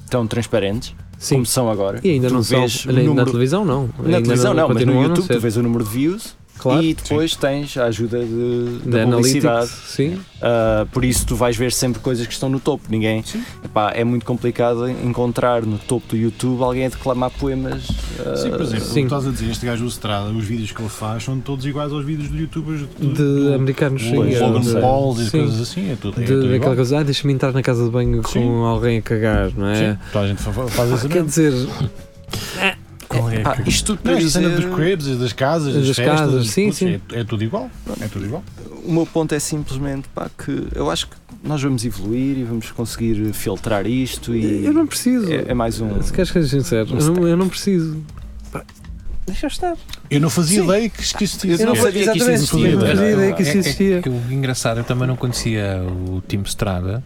Speaker 5: tão transparentes. Como são agora.
Speaker 2: E ainda
Speaker 5: Tu
Speaker 2: não são.
Speaker 5: vês o
Speaker 2: Na- na
Speaker 5: número-
Speaker 2: televisão, não.
Speaker 5: Na
Speaker 2: Ainda
Speaker 5: televisão
Speaker 2: não-
Speaker 5: não, mas no
Speaker 2: continuam a não
Speaker 5: YouTube tu
Speaker 2: ser.
Speaker 5: vês o número de views
Speaker 2: Claro.
Speaker 5: e depois tens a ajuda de,
Speaker 2: Da
Speaker 5: da publicidade.
Speaker 2: analytics, sim.
Speaker 5: Ah, por isso tu vais ver sempre coisas que estão no topo. Ninguém. Epá, é muito complicado encontrar no topo do YouTube alguém a declamar poemas. ah,
Speaker 4: Sim, por exemplo, tu estás a dizer, este gajo do Strada, os vídeos que ele faz são todos iguais aos vídeos de youtubers de, do-
Speaker 2: americanos,
Speaker 4: do
Speaker 2: sim.
Speaker 4: Logan
Speaker 2: é,
Speaker 4: Paul e
Speaker 2: sim.
Speaker 4: coisas assim. É tudo, é
Speaker 2: De-
Speaker 4: tudo igual.
Speaker 2: daquela coisa, ah, deixa-me entrar na casa de banho com alguém a cagar, não é?
Speaker 4: Sim, toda a gente fa- faz
Speaker 2: Pá,
Speaker 4: isso
Speaker 2: Quer
Speaker 4: mesmo.
Speaker 2: dizer,
Speaker 4: Qual é
Speaker 2: Pá,
Speaker 4: que-
Speaker 2: isto tudo
Speaker 4: não,
Speaker 2: para
Speaker 4: a cena
Speaker 2: dizer-
Speaker 4: dos cribs, e das casas, das,
Speaker 2: Das
Speaker 4: festas,
Speaker 2: casas,
Speaker 4: das-
Speaker 2: sim,
Speaker 4: putz,
Speaker 2: sim.
Speaker 4: É, é tudo igual. É tudo igual.
Speaker 5: O meu ponto é simplesmente pá, que eu acho que nós vamos evoluir e vamos conseguir filtrar isto e.
Speaker 2: Eu não preciso.
Speaker 5: É, é mais um.
Speaker 2: se queres que seja sincero, eu não, eu não preciso. Pá, Deixa estar.
Speaker 4: Eu não fazia
Speaker 2: Sim.
Speaker 4: ideia que isto que isto
Speaker 2: Eu não
Speaker 4: existia.
Speaker 2: fazia exatamente. Eu não fazia ideia que isto
Speaker 3: É- é
Speaker 2: existia.
Speaker 3: que o engraçado, eu também não conhecia o Time Estrada.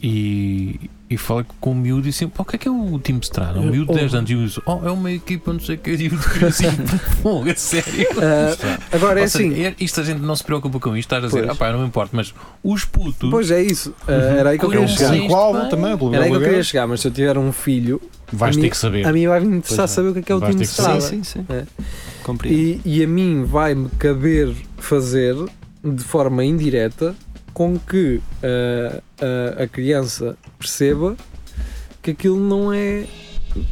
Speaker 3: E, e falei com o miúdo e disse: "Pá, O que é que é o Time Estrada? O miúdo de 10 anos e eu disse: Oh, é uma equipa, não sei o que. E eu fiquei assim: Pô, é sério.
Speaker 2: Ah, agora é
Speaker 3: Ou seja,
Speaker 2: assim.
Speaker 3: é- Isto a gente não se preocupa com isto. Estás a dizer:
Speaker 2: Pois.
Speaker 3: Ah, pá, não me importo, mas os putos.
Speaker 2: Pois é isso. Ah, era aí que eu
Speaker 3: Quando
Speaker 2: queria chegar.
Speaker 3: existem, pá,
Speaker 2: era aí que eu
Speaker 4: é.
Speaker 2: queria chegar, mas se eu tiver um filho,
Speaker 4: Vais
Speaker 2: a
Speaker 4: ter
Speaker 2: mim-
Speaker 4: que saber.
Speaker 2: A mim vai me interessar
Speaker 4: Pois é.
Speaker 2: saber o que é que é o
Speaker 4: Vais
Speaker 2: time
Speaker 4: ter
Speaker 2: de
Speaker 4: que saber.
Speaker 2: estrada.
Speaker 4: Sim,
Speaker 5: sim,
Speaker 2: É.
Speaker 5: Compreendo.
Speaker 2: E, e a mim vai-me caber fazer de forma indireta com que ah, ah, a criança perceba que aquilo não é.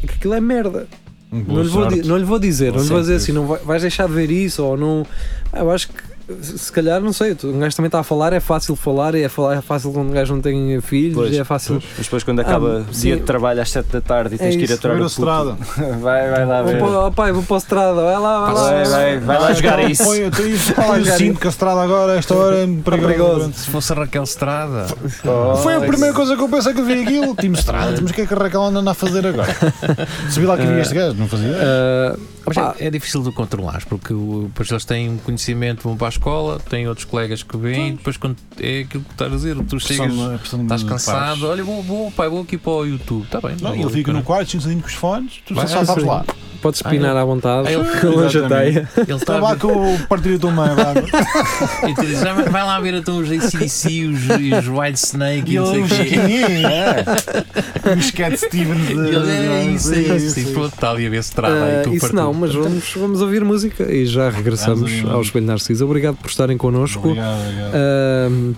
Speaker 2: que aquilo é merda.
Speaker 4: Boa
Speaker 2: Não lhe, vou,
Speaker 4: sorte.
Speaker 2: di- não lhe vou dizer,
Speaker 4: Boa
Speaker 2: não lhe vou
Speaker 4: sorte.
Speaker 2: dizer assim, não vai- vais deixar de ver isso ou não. Ah, eu acho que se se calhar, não sei, tu- um gajo também está a falar, é fácil falar, é, falar, é fácil quando um gajo não tem filhos,
Speaker 5: Pois,
Speaker 2: é fácil.
Speaker 5: pois. Mas depois quando acaba
Speaker 2: Ah,
Speaker 5: o
Speaker 2: sim.
Speaker 5: dia de trabalho às 7 da tarde e
Speaker 2: É
Speaker 5: tens que ir
Speaker 2: isso.
Speaker 5: aturar
Speaker 2: Ver
Speaker 5: o
Speaker 2: o Strada.
Speaker 5: puto. Vai, vai lá
Speaker 2: Vou
Speaker 5: ver.
Speaker 2: para- ó "Oh, pai, vou para o estrada, vai lá, vai lá.
Speaker 5: Vai, vai, vai lá jogar
Speaker 4: Põe-
Speaker 5: isso.
Speaker 4: põe- Eu tenho
Speaker 2: Vai lá
Speaker 4: eu
Speaker 2: jogar
Speaker 4: sinto
Speaker 2: isso.
Speaker 4: que a estrada agora, a esta hora, é perigosa.
Speaker 3: Se fosse a Raquel Estrada.
Speaker 4: Foi a primeira coisa que eu pensei que vi aquilo. Time Estrada, mas o que é que a Raquel anda a fazer agora? Subi lá que vi este gajo, não fazia
Speaker 2: eh,
Speaker 4: ideia.
Speaker 3: Mas é, é difícil de controlar, porque o- depois eles têm um conhecimento, vão para a escola, têm outros colegas que vêm, e depois quando é aquilo que estás a dizer, tu
Speaker 4: Pressão
Speaker 3: chegas,
Speaker 4: de- a pressão de
Speaker 3: estás
Speaker 4: dos pais.
Speaker 3: cansado, olha, vou, vou, pai, vou aqui para o YouTube, está bem.
Speaker 4: Não,
Speaker 3: vou,
Speaker 4: ele fica no
Speaker 3: caralho.
Speaker 4: quarto, 5 segundos com os fones, tu
Speaker 3: Vai,
Speaker 4: só
Speaker 3: é,
Speaker 4: sabes
Speaker 3: sim.
Speaker 4: lá.
Speaker 2: Podes
Speaker 3: Ah, ele-
Speaker 2: pinar à vontade,
Speaker 3: Ah, ele-
Speaker 2: que ele não
Speaker 4: Exatamente.
Speaker 2: chateia.
Speaker 3: Ele está
Speaker 4: Está lá com o partido do meio, vá.
Speaker 3: E tu dizes, "Ah, vai vai lá ver então os ACDC, os, e os White Snake e não sei o quê.
Speaker 4: um É. Os Cat Stevens.
Speaker 3: E ele, É isso, é isso. E pronto, está ali a ver se trava. e
Speaker 2: Ah,
Speaker 3: tu
Speaker 2: isso não, mas vamos, vamos ouvir música e já regressamos
Speaker 3: Vamos ouvir
Speaker 2: ao Espelho Narciso. Obrigado por estarem connosco.
Speaker 4: Obrigado, obrigado.
Speaker 2: Ahm,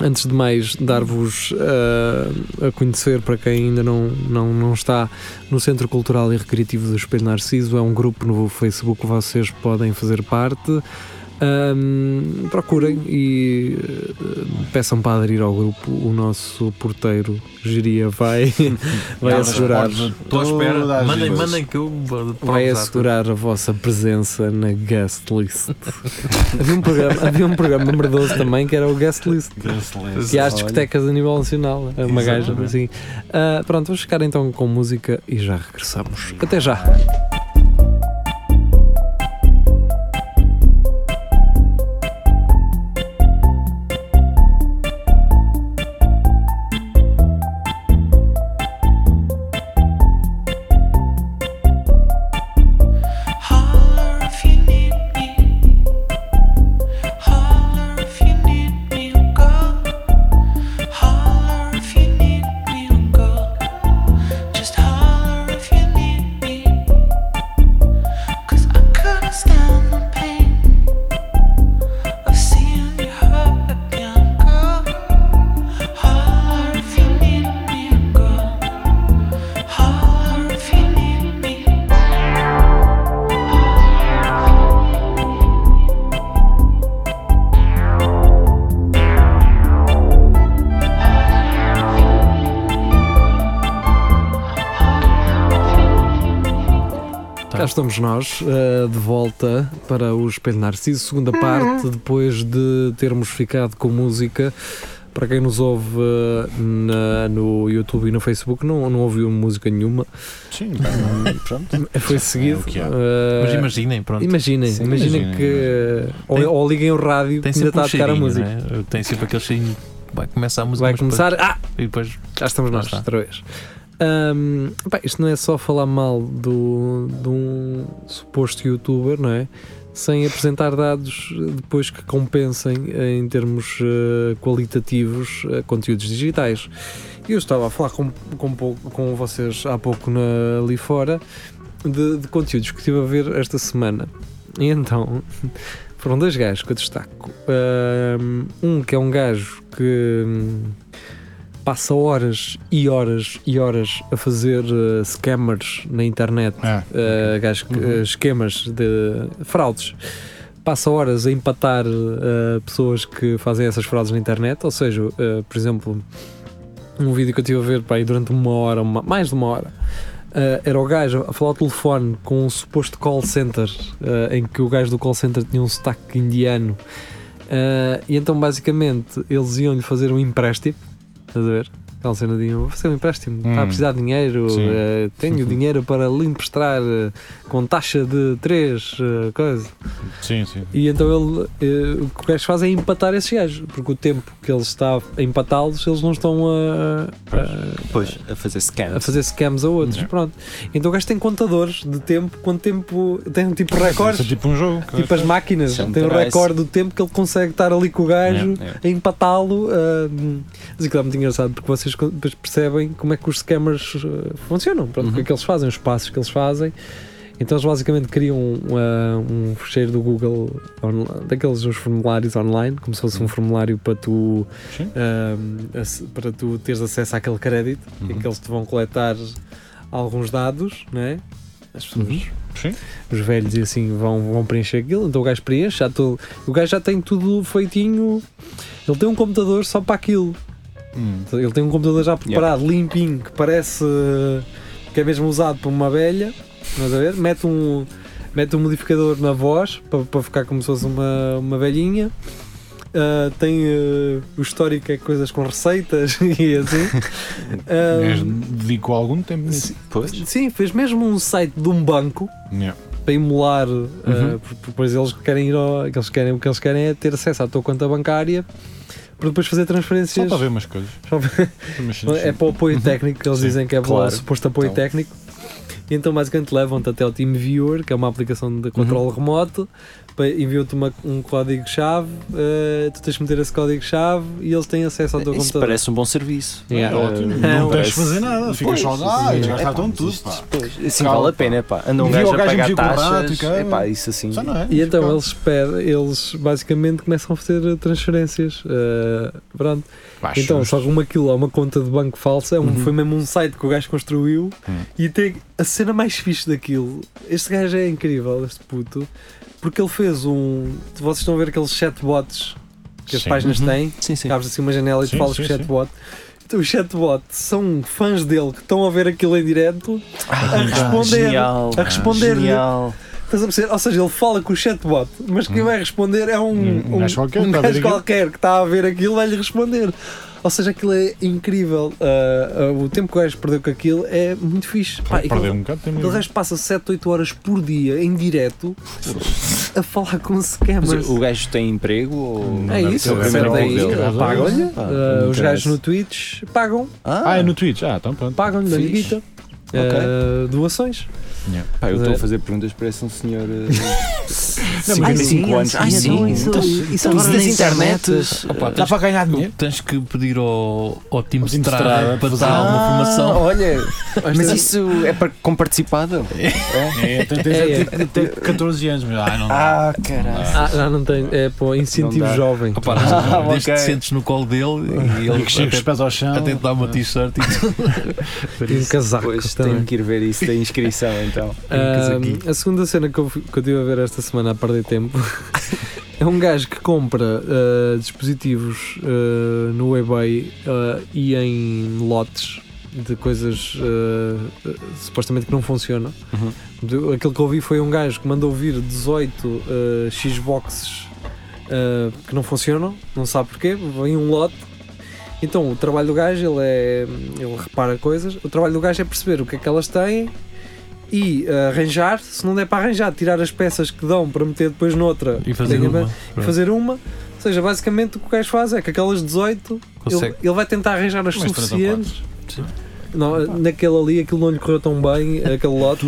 Speaker 2: antes de mais, dar-vos ah, a conhecer para quem ainda não, não, não está no Centro Cultural e Recreativo do Espelho Narciso. É um grupo no Facebook que vocês podem fazer parte. Ahm, procurem e ah, peçam para aderir ao grupo. O nosso porteiro Geria vai, vai
Speaker 3: Abre as
Speaker 2: assegurar.
Speaker 3: portas a Estou à espera.
Speaker 4: todas
Speaker 3: Mandem,
Speaker 4: as
Speaker 3: mandem que eu vou
Speaker 2: Vai
Speaker 3: provo-vos à tua-
Speaker 2: assegurar a vossa presença na guest list. havia, um programa, havia um programa número 12 também que era o guest list.
Speaker 4: Guest list,
Speaker 2: Que há as
Speaker 4: olha.
Speaker 2: discotecas a nível nacional. É Uma gaja
Speaker 4: Exatamente.
Speaker 2: assim. Ah, pronto, vamos ficar então com música e já regressamos. Até já!
Speaker 3: Tá.
Speaker 2: Cá estamos nós, eh, de volta para o Espelho Narciso, segunda parte, depois de termos ficado com música. Para quem nos ouve eh, na- no YouTube e no Facebook, não, não ouviu música nenhuma.
Speaker 4: Sim, pronto.
Speaker 2: Foi
Speaker 3: É,
Speaker 2: seguido.
Speaker 3: o que há.
Speaker 2: eh,
Speaker 3: Mas imaginem, pronto.
Speaker 2: Imaginem,
Speaker 3: Sim,
Speaker 2: imaginem
Speaker 3: imaginem,
Speaker 2: que. eh, ou,
Speaker 3: Tem-
Speaker 2: ou liguem o rádio que
Speaker 3: Tem
Speaker 2: ainda
Speaker 3: sempre
Speaker 2: está
Speaker 3: um
Speaker 2: a tocar a
Speaker 3: cheirinho,
Speaker 2: música.
Speaker 3: não é? Tem sempre aquele cheirinho. Vai começar a música.
Speaker 2: Vai
Speaker 3: mas
Speaker 2: começar.
Speaker 3: depois-
Speaker 2: Ah!
Speaker 3: E depois.
Speaker 2: Já estamos
Speaker 3: Lá
Speaker 2: nós,
Speaker 3: está.
Speaker 2: outra vez. Ahm, pá, isto não é só falar mal do, de um suposto youtuber, não é? Sem apresentar dados depois que compensem eh, em termos eh, qualitativos eh, conteúdos digitais. Eu estava a falar com, com, um pouco- com vocês há pouco na- ali fora de, de conteúdos que estive a ver esta semana. E então foram dois gajos que eu destaco. Ahm, Um que é um gajo que hum, passa horas e horas e horas a fazer eh, scammers na internet, eh, gajos que- eh, esquemas de fraudes. Passa horas a empatar eh, pessoas que fazem essas fraudes na internet, ou seja, eh, por exemplo, um vídeo que eu estive a ver pá, aí durante uma hora, uma- mais de uma hora. ah, era o gajo a falar ao telefone com um suposto call center, ah, em que o gajo do call center tinha um sotaque indiano. Ah, e então, basicamente, eles iam-lhe fazer um empréstimo. Estás a ver? Aquela cena de vou fazer um empréstimo, está a
Speaker 15: Hum.
Speaker 2: precisar de dinheiro,
Speaker 15: Sim.
Speaker 2: ah, tenho dinheiro para lhe emprestar ah, com taxa de 3, coisa.
Speaker 4: Sim, sim.
Speaker 2: E então ele, eh, o que o gajo faz é empatar esses gajos, porque o tempo que ele está a empatá-los, eles não estão a, a-
Speaker 5: Pois, a fazer scans.
Speaker 2: a fazer scams a outros. Pronto. Então o gajo tem contadores de tempo, quanto tempo tem tipo recordes.
Speaker 4: Isso é tipo um jogo.
Speaker 2: Tipo as máquinas,
Speaker 4: Isso é um
Speaker 2: tem o
Speaker 4: trace.
Speaker 2: recorde do tempo que ele consegue estar ali com o gajo
Speaker 4: Yeah,
Speaker 2: a empatá-lo. ah, mas aquilo é muito engraçado porque vocês co- depois percebem como é que os scammers ah, funcionam, pronto, o que é que eles fazem, os passos que eles fazem. Então eles basicamente criam ah, um fecheiro do Google, onla- daqueles os formulários online, como se fosse um formulário para tu, ah, ace- para tu teres acesso àquele crédito, em que eles te vão coletar alguns dados, não é? As pessoas os velhos e assim vão, vão preencher aquilo, então o gajo preenche, já todo, o gajo já tem tudo feitinho, ele tem um computador só para aquilo,
Speaker 4: Hum.
Speaker 2: ele tem um computador já preparado, limpinho, que parece uh, que é mesmo usado por uma velha, estás a ver? Mete um, mete um modificador na voz para, para ficar como se fosse uma, uma velhinha. Uh, tem uh, o histórico é coisas com receitas e assim.
Speaker 4: Mas
Speaker 2: Um,
Speaker 4: dedicou algum tempo nisso.
Speaker 2: Sim, fez mesmo um site de um banco
Speaker 4: Yeah. Uhum.
Speaker 2: para emular, eh, porque depois eles querem ir ao, que eles querem, o que eles querem é ter acesso à tua conta bancária para depois fazer transferências.
Speaker 4: Só para ver umas coisas.
Speaker 2: Só para-
Speaker 4: Umas cenas.
Speaker 2: é para o apoio técnico que eles
Speaker 4: Uhum. Sim,
Speaker 2: dizem que é para o
Speaker 4: claro.
Speaker 2: suposto apoio
Speaker 4: Então.
Speaker 2: técnico. E então basicamente levam-te até o TeamViewer, que é uma aplicação
Speaker 4: Uhum.
Speaker 2: de controle remoto, pa- enviam-te uma- um código-chave, eh, tu tens de meter esse código-chave e eles têm acesso ao teu
Speaker 5: Isso
Speaker 2: computador.
Speaker 5: parece um bom serviço.
Speaker 2: Yeah.
Speaker 5: Eh,
Speaker 2: Ótimo. Não
Speaker 5: parece-
Speaker 4: tens de fazer nada, ficas
Speaker 5: Pois,
Speaker 4: só lá,
Speaker 5: sim.
Speaker 4: eles
Speaker 5: Epá,
Speaker 4: gastaram tudo,
Speaker 5: isso-
Speaker 4: pá.
Speaker 5: pois, Assim
Speaker 4: Calma,
Speaker 5: vale a
Speaker 4: pá.
Speaker 5: pena, pá. Anda um
Speaker 4: Viu
Speaker 5: gajo
Speaker 4: o
Speaker 5: a
Speaker 4: gajo a
Speaker 5: pagar
Speaker 4: medir com o braço e
Speaker 5: taxas.
Speaker 4: caralho.
Speaker 5: Epá, isso assim.
Speaker 4: Só não é?
Speaker 2: E então eles, pedem, eles basicamente começam a fazer transferências. eh, pronto.
Speaker 4: Pá,
Speaker 2: então,
Speaker 4: justo.
Speaker 2: só que uma aquilo é uma conta de banco falsa, é um-
Speaker 4: Uhum.
Speaker 2: foi mesmo um site que o gajo construiu
Speaker 4: Hum.
Speaker 2: e tem a cena mais fixe daquilo. Este gajo é incrível, este puto, porque ele fez um. Vocês estão a ver aqueles chatbots que as
Speaker 5: Sim.
Speaker 2: páginas
Speaker 5: Uhum.
Speaker 2: têm?
Speaker 5: Sim, sim.
Speaker 2: Abres assim uma janela e tu
Speaker 5: Sim,
Speaker 2: falas com
Speaker 5: sim,
Speaker 2: o
Speaker 5: sim.
Speaker 2: chatbot. Então, os chatbot são fãs dele que estão a ver aquilo em direto a responder.
Speaker 5: Ah, genial,
Speaker 2: a responder.
Speaker 5: genial.
Speaker 2: Estás a perceber? Ou seja, ele fala com o chatbot, mas quem vai responder é um, um,
Speaker 4: Hum. Um gajo qualquer,
Speaker 2: um
Speaker 4: está a ver
Speaker 2: gajo
Speaker 4: aquilo.
Speaker 2: qualquer que está a ver aquilo vai-lhe responder. Ou seja, aquilo é incrível. Ah, ah, o tempo que o gajo perdeu com aquilo é muito fixe. Pá,
Speaker 4: perdeu
Speaker 2: aquele-
Speaker 4: um bocado de tempo.
Speaker 2: Aquele gajo passa 7, 8 horas por dia em direto a falar com
Speaker 5: Mas
Speaker 2: scammers.
Speaker 5: o gajo tem emprego ou.
Speaker 2: É isso,
Speaker 5: Ele
Speaker 2: recebe
Speaker 5: tem
Speaker 2: aí,
Speaker 5: emprego dele.
Speaker 2: pagam-lhe.
Speaker 5: Pá,
Speaker 2: Ah,
Speaker 5: não
Speaker 2: os
Speaker 5: interessa.
Speaker 2: gajos no Twitch pagam.
Speaker 4: Ah, é no Twitch. Ah, então pronto.
Speaker 2: Pagam-lhe da
Speaker 4: Fixe.
Speaker 2: guita. Ah, doações.
Speaker 5: Pá, eu estou
Speaker 2: É.
Speaker 5: a fazer perguntas, parece um senhor.
Speaker 2: Não, mas assim,
Speaker 5: 55 anos. Então,
Speaker 2: ai, sim, isso- isso agora
Speaker 5: das
Speaker 2: na internet,
Speaker 5: internetes.
Speaker 3: Opa,
Speaker 5: Dá
Speaker 3: tens-
Speaker 5: para ganhar dinheiro?
Speaker 3: Tens que pedir ao, ao time
Speaker 5: Time
Speaker 3: Strada
Speaker 5: Strada
Speaker 3: para
Speaker 5: para
Speaker 3: dar
Speaker 5: fazer-
Speaker 3: alguma
Speaker 5: Ah,
Speaker 3: formação.
Speaker 5: olha, Mas isso é para com participada?
Speaker 4: É, é, tens
Speaker 2: É, é.
Speaker 4: até- até 14 anos, mas ah, não dá.
Speaker 5: Ah, caralho.
Speaker 2: Ah, já não tem. É pô, incentivo
Speaker 4: Não dá.
Speaker 2: jovem.
Speaker 3: Opa,
Speaker 4: Ah,
Speaker 3: desde
Speaker 4: ok.
Speaker 3: que sentes no colo dele e ele
Speaker 4: E que chegas os pés ao chão.
Speaker 3: até te dá uma t-shirt e
Speaker 2: E um casaco
Speaker 5: Pois
Speaker 2: também.
Speaker 5: tenho que ir ver isso da inscrição então.
Speaker 2: Ah, a segunda cena que eu, fui- que eu tive a ver esta semana a perder tempo é um gajo que compra ah, dispositivos ah, no eBay ah, e em lotes de coisas ah, ah, supostamente que não funcionam.
Speaker 5: Uhum.
Speaker 2: Do- Aquilo que eu vi foi um gajo que mandou vir 18 ah, Xboxes ah, que não funcionam, não sabe porquê, vem um lote então, o trabalho do gajo, ele é. Ele repara coisas. O trabalho do gajo é perceber o que é que elas têm e ah, arranjar. Se não der para arranjar, tirar as peças que dão para meter depois noutra.
Speaker 3: E fazer
Speaker 2: Tem-
Speaker 3: uma.
Speaker 2: E fazer uma. Ou seja, basicamente o que o gajo faz é que aquelas 18, ele,
Speaker 3: Consegue.
Speaker 4: um
Speaker 2: ele vai tentar arranjar
Speaker 3: Umas
Speaker 2: as
Speaker 3: três ou
Speaker 2: suficientes Não, naquele ali, aquilo não lhe correu tão bem, aquele lote.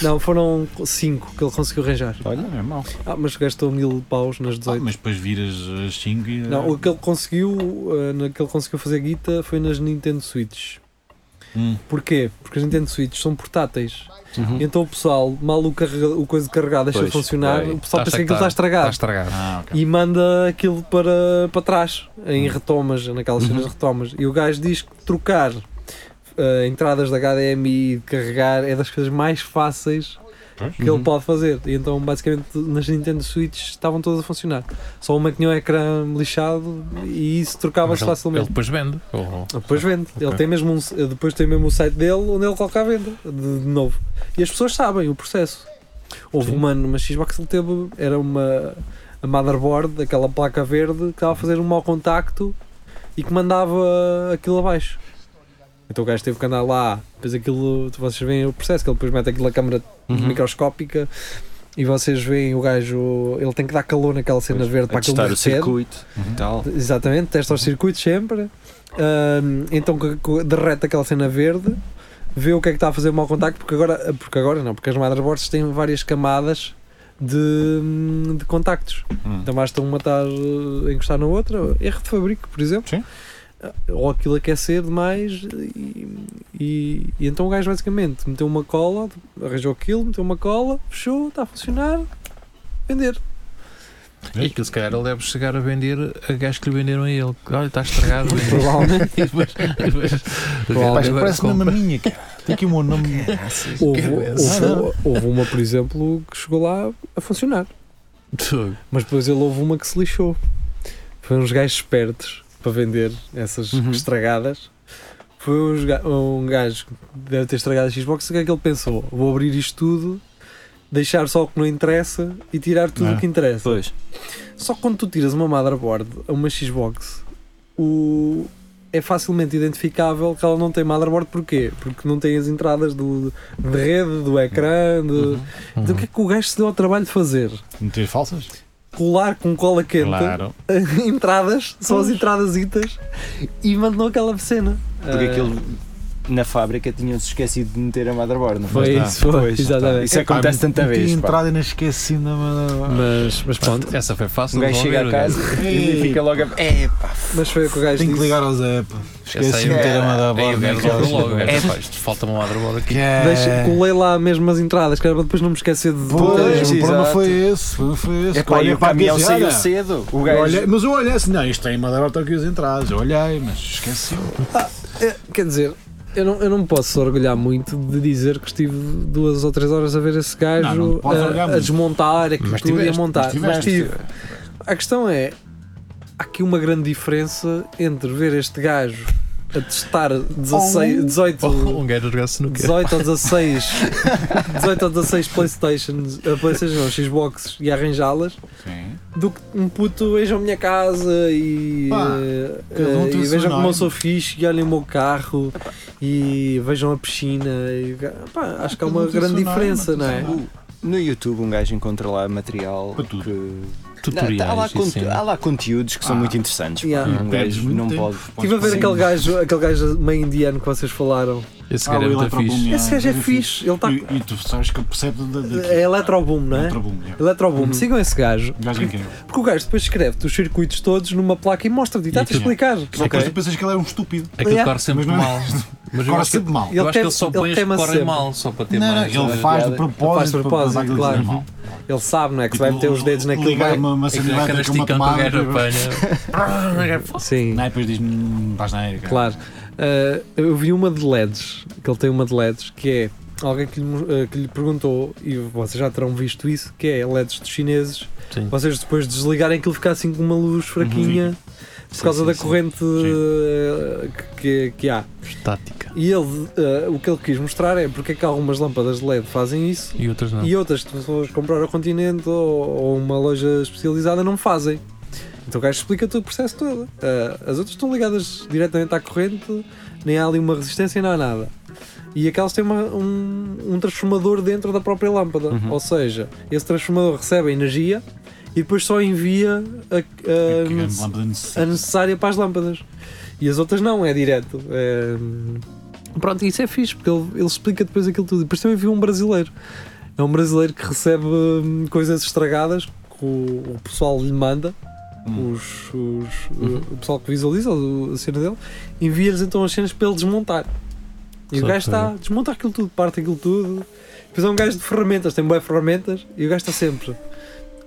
Speaker 2: não, foram 5 que ele conseguiu arranjar.
Speaker 4: Olha, não é mau.
Speaker 2: Ah, mas gastou mil paus nas 18.
Speaker 4: Ah, Mas depois viras as 5 e.
Speaker 2: Não, o que ele conseguiu, eh, na- que ele conseguiu fazer guita foi nas Nintendo Switch.
Speaker 4: Hum.
Speaker 2: Porquê? Porque as Nintendo Switch são portáteis.
Speaker 4: Uhum.
Speaker 2: Então o pessoal, mal o, carrega, o coisa de carregar deixa
Speaker 4: Pois,
Speaker 2: de funcionar,
Speaker 4: vai.
Speaker 2: o pessoal
Speaker 4: Acha
Speaker 2: pensa
Speaker 4: que
Speaker 2: que aquilo está
Speaker 4: tá-
Speaker 2: estragado.
Speaker 4: está estragado. Ah, ok.
Speaker 2: E manda aquilo para, para trás, em retomas, naquelas cenas de retomas. E o gajo diz que trocar eh, entradas da HDMI e de carregar é das coisas mais fáceis
Speaker 4: Pois.
Speaker 2: que
Speaker 4: Uhum.
Speaker 2: ele pode fazer. E então, basicamente, nas Nintendo Switch estavam todas a funcionar. Só uma que tinha um ecrã lixado e isso
Speaker 3: Mas
Speaker 2: trocava-se
Speaker 3: ele-
Speaker 2: facilmente. oh.
Speaker 3: Ele depois vende. Ou-
Speaker 2: Depois vende.
Speaker 3: Ok.
Speaker 2: Ele tem mesmo um- depois tem mesmo o site dele onde ele coloca a venda de, de novo. E as pessoas sabem o processo. Houve um ano numa Xbox que ele teve, era uma a motherboard, aquela placa verde, que estava a fazer um mau contacto e que mandava aquilo abaixo. Então o gajo teve que andar lá, depois aquilo, vocês veem o processo, que ele depois mete aquilo a câmara
Speaker 5: Uhum.
Speaker 2: microscópica e vocês veem o gajo, ele tem que dar calor naquela cena verde para
Speaker 5: a
Speaker 2: aquilo
Speaker 5: testar
Speaker 2: não
Speaker 5: o
Speaker 2: recede.
Speaker 5: circuito e tal.
Speaker 2: Exatamente, testa os circuitos sempre. Ahm, então que- que derrete aquela cena verde, vê o que é que está a fazer o mau contacto, porque agora, porque agora não, porque as motherboards têm várias camadas de, de contactos. Então basta uma estar eh, a encostar na outra, erro de fabrico, por exemplo. Ah, Ou aquilo aquecer demais e, e, e então o gajo basicamente meteu uma cola, arranjou aquilo, meteu uma cola, fechou, está a funcionar, vender.
Speaker 3: E aquilo se calhar ele deve chegar a vender a gajos que lhe venderam a ele. Olha, está estragado.
Speaker 2: Provavelmente.
Speaker 3: E depois- e depois-
Speaker 4: Pá, isto
Speaker 3: agora
Speaker 4: parece uma
Speaker 3: compra.
Speaker 4: maminha, cara. Tem aqui o meu nome.
Speaker 2: Houve, um-
Speaker 4: Ah, não.
Speaker 2: houve- houve uma, por exemplo, que chegou lá a funcionar. Mas depois ele houve uma que se lixou. Foi uns gajos espertos para vender essas estragadas. Foi uns ga- um gajo que deve ter estragado a Xbox. O que é que ele pensou? Vou abrir isto tudo, deixar só o que não interessa e tirar tudo
Speaker 5: Ah,
Speaker 2: o que interessa. Só que quando tu tiras uma motherboard a uma Xbox, o- é facilmente identificável que ela não tem motherboard. Porquê? Porque não tem as entradas do, de rede, do ecrã. de-
Speaker 4: Uhum.
Speaker 2: Então o que é que o gajo se deu ao trabalho de fazer?
Speaker 4: Meter falsas?
Speaker 2: Colar com cola quente
Speaker 4: Claro.
Speaker 2: entradas, só as
Speaker 4: Pois.
Speaker 2: entradas itas e mandou aquela cena.
Speaker 5: Porque
Speaker 2: Ah,
Speaker 5: aquilo na fábrica tinham-se esquecido de meter a motherboard, não é?
Speaker 2: Foi
Speaker 5: Lá
Speaker 2: isso,
Speaker 5: está.
Speaker 2: foi,
Speaker 5: Pois, lá está.
Speaker 2: exatamente.
Speaker 5: Isso
Speaker 2: É pá,
Speaker 5: acontece tanta
Speaker 4: Meti
Speaker 5: vez. pá.
Speaker 4: entrada e não é esqueci ainda.
Speaker 2: Ah, Mas, mas pronto.
Speaker 3: Essa foi fácil.
Speaker 5: Um gajo
Speaker 3: de
Speaker 5: chega a
Speaker 3: resolver,
Speaker 5: casa
Speaker 3: gajo.
Speaker 5: e fica logo a. É, pá,
Speaker 2: Mas foi o que o gajo
Speaker 4: Tenho que
Speaker 2: disse.
Speaker 4: ligar ao Zé. pá.
Speaker 3: Essa aí
Speaker 4: Esqueci de meter
Speaker 3: é-
Speaker 4: a
Speaker 3: aí o
Speaker 4: motherboard.
Speaker 3: gajo
Speaker 4: naquela-
Speaker 3: logo, é. logo, o gajo,
Speaker 4: É,
Speaker 3: "Pá, isto falta-me uma motherboard aqui.
Speaker 4: Yeah.
Speaker 2: Deixa, colei lá mesmo as entradas, que era para depois não me esquecer de
Speaker 4: Pois, o problema
Speaker 2: exato.
Speaker 4: foi esse. o problema Foi esse.
Speaker 2: É pá, e o caminhão
Speaker 4: aquilo e disse,
Speaker 2: saiu
Speaker 4: "Olha,
Speaker 2: cedo, o
Speaker 4: eu
Speaker 2: gajo-
Speaker 4: olhei- mas eu olhei assim, não, isto tem Madeira aqui as entradas. Eu olhei, mas esqueci.
Speaker 2: É, Quer dizer, eu não, eu não me posso orgulhar muito de dizer que estive duas ou três horas a ver esse gajo
Speaker 4: Não, não te podes orgulhar
Speaker 2: a, a
Speaker 4: muito.
Speaker 2: desmontar, a
Speaker 4: Mas
Speaker 2: tudo e a
Speaker 4: tiveste,
Speaker 2: montar.
Speaker 4: mas
Speaker 2: Mas
Speaker 4: tiveste.
Speaker 2: tive. A questão é: há aqui uma grande diferença entre ver este gajo a testar 16,
Speaker 4: Oh.
Speaker 3: Ou-
Speaker 2: 18
Speaker 3: ou um gajo a jogar snooker.
Speaker 2: 18 ou 16 18 ou 16 Playstations uh, Playstation não, Xboxes e arranjá-las do que um puto vejam a minha casa e,
Speaker 4: Pá,
Speaker 2: eh,
Speaker 4: cada um
Speaker 2: eh,
Speaker 4: tem o
Speaker 2: e
Speaker 4: seu
Speaker 2: vejam como eu
Speaker 4: nome.
Speaker 2: sou fixe e olhem o meu carro e vejam a piscina e, pá, acho que há
Speaker 4: um
Speaker 2: uma grande diferença não é?
Speaker 5: No YouTube um gajo encontra lá material que...
Speaker 2: Tutoriais,
Speaker 5: Não, há, lá
Speaker 2: isso
Speaker 5: conte-
Speaker 2: sim.
Speaker 5: há lá conteúdos que são muito interessantes. pá.
Speaker 2: Yeah. Tipo,
Speaker 5: Um gajo não pode.
Speaker 2: Estive a ver aquele gajo, aquele gajo meio indiano que vocês falaram.
Speaker 3: Esse
Speaker 4: Ah, gajo é o muito Eletroboom, fixe.
Speaker 2: Esse gajo é fixe. Ele tá...
Speaker 4: E tu sabes que percebe da. da-
Speaker 2: É Eletroboom, não é?
Speaker 4: Eletroboom, yeah.
Speaker 2: Eletroboom.
Speaker 4: Uhum.
Speaker 2: Sigam esse gajo.
Speaker 4: Gajo incrível.
Speaker 3: É
Speaker 2: Porque o gajo depois escreve os circuitos todos numa placa e mostra-te. E está-te a explicar.
Speaker 4: Só que depois tu pensas que ele é um estúpido.
Speaker 3: Aquilo
Speaker 2: Yeah.
Speaker 3: corre sempre
Speaker 4: Mas não é-
Speaker 3: mal. Mas eu
Speaker 4: Corre
Speaker 3: acho que,
Speaker 4: sempre mal.
Speaker 3: Eu
Speaker 2: Ele
Speaker 3: acho que ele
Speaker 2: tem-
Speaker 3: só
Speaker 2: ele
Speaker 3: põe as que
Speaker 2: tema
Speaker 3: correm
Speaker 2: sempre.
Speaker 3: mal, só para ter
Speaker 4: Não, não,
Speaker 3: mais. eh,
Speaker 4: ele
Speaker 3: sabe?
Speaker 4: faz de
Speaker 3: Ele
Speaker 4: propósito
Speaker 3: faz
Speaker 4: é para-
Speaker 3: de
Speaker 4: para
Speaker 3: propósito,
Speaker 4: aquilo
Speaker 3: claro.
Speaker 4: dizer mal.
Speaker 2: Ele sabe, não é? Que se vai meter os dedos naquilo.
Speaker 4: Tipo, ligar
Speaker 2: vai-
Speaker 4: uma-
Speaker 3: É
Speaker 4: uma cena
Speaker 2: Aquilo-
Speaker 4: elétrica, uma
Speaker 2: esticão que o
Speaker 4: tomada,
Speaker 2: gajo
Speaker 4: vai-
Speaker 2: apanha. Sim.
Speaker 4: Não, e depois diz-me, "Hum, vais na era.
Speaker 2: Claro. Ah, eu vi uma de LEDs, que ele tem uma de LEDs, que é alguém que lhe, mo- ah, que lhe perguntou, e vocês já terão visto isso, que é LEDs dos chineses.
Speaker 3: Sim.
Speaker 2: Vocês depois de desligarem aquilo fica assim com uma luz fraquinha por
Speaker 3: Sim,
Speaker 2: causa
Speaker 3: Uhum. sim,
Speaker 2: da
Speaker 3: sim.
Speaker 2: corrente ah, que, que há.
Speaker 3: Estática.
Speaker 2: E ele, ah, o que ele quis mostrar é porque é que algumas lâmpadas de LED fazem isso
Speaker 3: E outras não.
Speaker 2: e outras que pessoas comprar ao continente ou, ou uma loja especializada não fazem. Então o gajo explica todo o processo todo. Ah, as outras estão ligadas diretamente à corrente, nem há ali uma resistência, não há nada. E aquelas têm uma- um, um transformador dentro da própria lâmpada. Ou seja, esse transformador recebe a energia e depois só envia a, a-
Speaker 4: lâmpada
Speaker 2: a necessária para as lâmpadas. E as outras não, é direto. É, Pronto, isso é fixe, porque ele, ele explica depois aquilo tudo. E Depois também vi um brasileiro. É um brasileiro que recebe hum, coisas estragadas que o, o pessoal lhe manda.
Speaker 3: Hum.
Speaker 2: Os, os-
Speaker 3: Uhum.
Speaker 2: O pessoal que visualiza o- a cena dele envia-lhes então as cenas para ele desmontar. E
Speaker 3: Só
Speaker 2: o gajo
Speaker 3: que-
Speaker 2: está, desmonta aquilo tudo, parte aquilo tudo. Depois é um gajo de ferramentas, tem boas ferramentas e o gajo está sempre.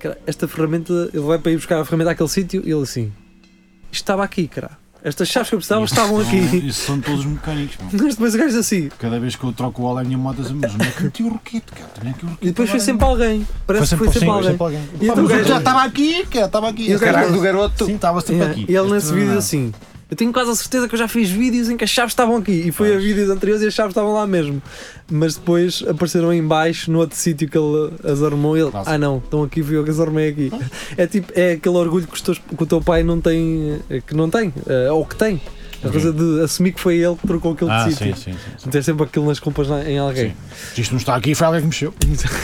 Speaker 2: "Cara, esta ferramenta, ele vai para ir buscar a ferramenta àquele sítio e ele assim: Isto estava aqui, cara. Estas chaves que eu precisava então estavam aqui.
Speaker 4: Isso são todos mecânicos. meu.
Speaker 2: Mas depois o gajo diz assim.
Speaker 4: Cada vez que eu troco o óleo, a minha moto diz: Mas onde é que meti o roquete, cara? Tinha aqui o roquete
Speaker 2: E depois foi
Speaker 4: agora." né?"
Speaker 2: sempre alguém. Parece
Speaker 4: Foi
Speaker 2: que foi
Speaker 4: sempre-
Speaker 2: sempre
Speaker 4: sim, foi
Speaker 2: alguém. E
Speaker 4: sempre alguém. Pá,
Speaker 2: então o
Speaker 4: mas eu
Speaker 2: gajo-
Speaker 4: já estava aqui, cara, estava aqui.
Speaker 2: E o
Speaker 4: Esse
Speaker 2: gajo-
Speaker 4: caralho do garoto. Sim, estava sempre
Speaker 2: Yeah, É,
Speaker 4: aqui.
Speaker 2: E ele nesse
Speaker 4: Este não
Speaker 2: vídeo
Speaker 4: dá.
Speaker 2: assim. Eu tenho quase a certeza que eu já fiz vídeos em que as chaves estavam aqui. E foi a vídeos anteriores e as chaves estavam lá mesmo. Mas depois apareceram em baixo, no outro sítio que ele as armou. e Ele, ah não, estão aqui, fui eu que as armei aqui. É tipo, é aquele orgulho que, os teus- que o teu pai não tem, eh, que não tem, eh, ou que tem. A coisa de assumir que foi ele que trocou aquele
Speaker 4: Uhum. Ah,
Speaker 2: sítio.
Speaker 4: sim, sim, sim,
Speaker 2: Meter sempre aquilo nas culpas na- em alguém.
Speaker 4: Isto não está aqui, foi alguém que mexeu.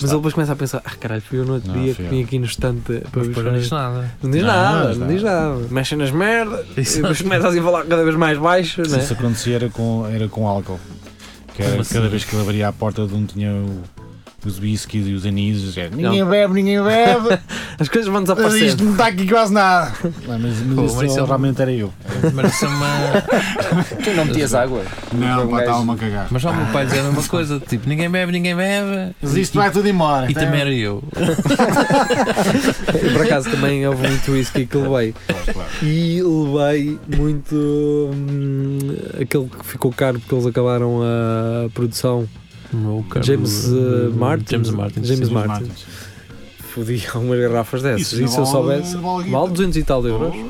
Speaker 2: Mas ele depois começa a pensar, ah caralho, fui eu no outro
Speaker 4: Não,
Speaker 2: dia
Speaker 4: fui
Speaker 2: que
Speaker 4: eu.
Speaker 2: vim aqui no estante para
Speaker 3: depois não diz nada.
Speaker 2: Não diz
Speaker 3: Não,
Speaker 2: nada,
Speaker 3: mas
Speaker 2: não
Speaker 3: não.
Speaker 2: diz nada. Mexem nas merdas,
Speaker 3: Isso.
Speaker 2: e depois começa assim a falar cada vez mais baixo,
Speaker 4: Se
Speaker 2: não é?
Speaker 4: isso acontecia era com, era com álcool. Que era
Speaker 2: Como
Speaker 4: cada
Speaker 2: assim?
Speaker 4: vez que ele abria a porta de um tinha o- os whiskies e os anises. Era, ninguém
Speaker 2: Não.
Speaker 4: bebe, ninguém bebe.
Speaker 2: As coisas vão desaparecer.
Speaker 4: Isto não está aqui quase nada. Não, mas mas
Speaker 3: Pô,
Speaker 4: isso um-
Speaker 3: mas isso é uma-
Speaker 4: realmente era eu.
Speaker 3: Mas isso é uma.
Speaker 5: Tu não metias água?
Speaker 4: Não,
Speaker 5: Um gajo-
Speaker 4: pá, tá estava-me a cagar.
Speaker 3: Mas já o meu pai dizia a mesma coisa, tipo, ninguém bebe, ninguém bebe.
Speaker 4: Mas isto
Speaker 3: E-
Speaker 4: vai tudo embora.
Speaker 3: E
Speaker 4: então-
Speaker 3: também era eu.
Speaker 2: Eu, por acaso também houve muito whisky que levei. E levei muito hum, aquele que ficou caro porque eles acabaram a produção.
Speaker 3: caro-
Speaker 2: James eh, Martin.
Speaker 3: Hum, James Martin,
Speaker 2: James
Speaker 3: sim.
Speaker 2: Martin.
Speaker 3: James
Speaker 2: Fodi algumas garrafas
Speaker 4: É,
Speaker 2: dessas.
Speaker 3: Isso
Speaker 2: e
Speaker 3: não
Speaker 2: se eu
Speaker 3: vale-
Speaker 2: soubesse.
Speaker 3: vale
Speaker 2: Vale,
Speaker 3: guita.
Speaker 2: 200 e tal euros.
Speaker 4: Oh,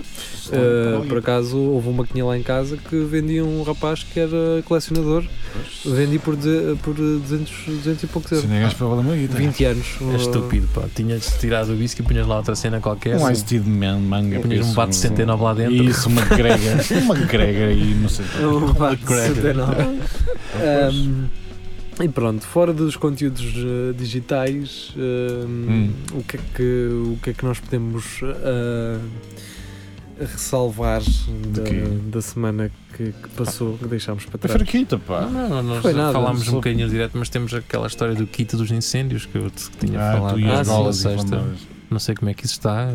Speaker 2: Eh,
Speaker 4: vale
Speaker 2: por
Speaker 4: guita.
Speaker 2: acaso houve uma quinha lá em casa que vendia um rapaz que era colecionador. Vendi por, duze- por 200, 200 e poucos euros.
Speaker 4: Se não é gajo para valer uma guita.
Speaker 2: 20 anos. Um
Speaker 3: É estúpido, pá. Tinhas tirado o whisky e punhas lá outra cena qualquer.
Speaker 4: Um ice tea de man- manga.
Speaker 3: Punhas assim. um
Speaker 4: isso,
Speaker 3: bate de 79 lá dentro.
Speaker 4: Isso, uma grega. uma grega e não sei.
Speaker 2: Um bate de
Speaker 4: grega.
Speaker 2: 79. Ahm, Um, e pronto, fora dos conteúdos eh, digitais, ahm, o, que é que, o que é que nós podemos ah, ressalvar da, da semana que, que passou, que deixámos para
Speaker 4: Foi
Speaker 2: trás?
Speaker 4: fraquita, pá.
Speaker 3: Não, não, nós
Speaker 2: Foi nada.
Speaker 3: falámos um
Speaker 2: Só-
Speaker 3: bocadinho direto, mas temos aquela história do kit dos incêndios que eu te tinha
Speaker 4: Ah,
Speaker 3: falado
Speaker 4: tu e as
Speaker 3: na
Speaker 4: bolas
Speaker 3: sexta.
Speaker 4: inflamáveis.
Speaker 3: Não sei como é que isso está.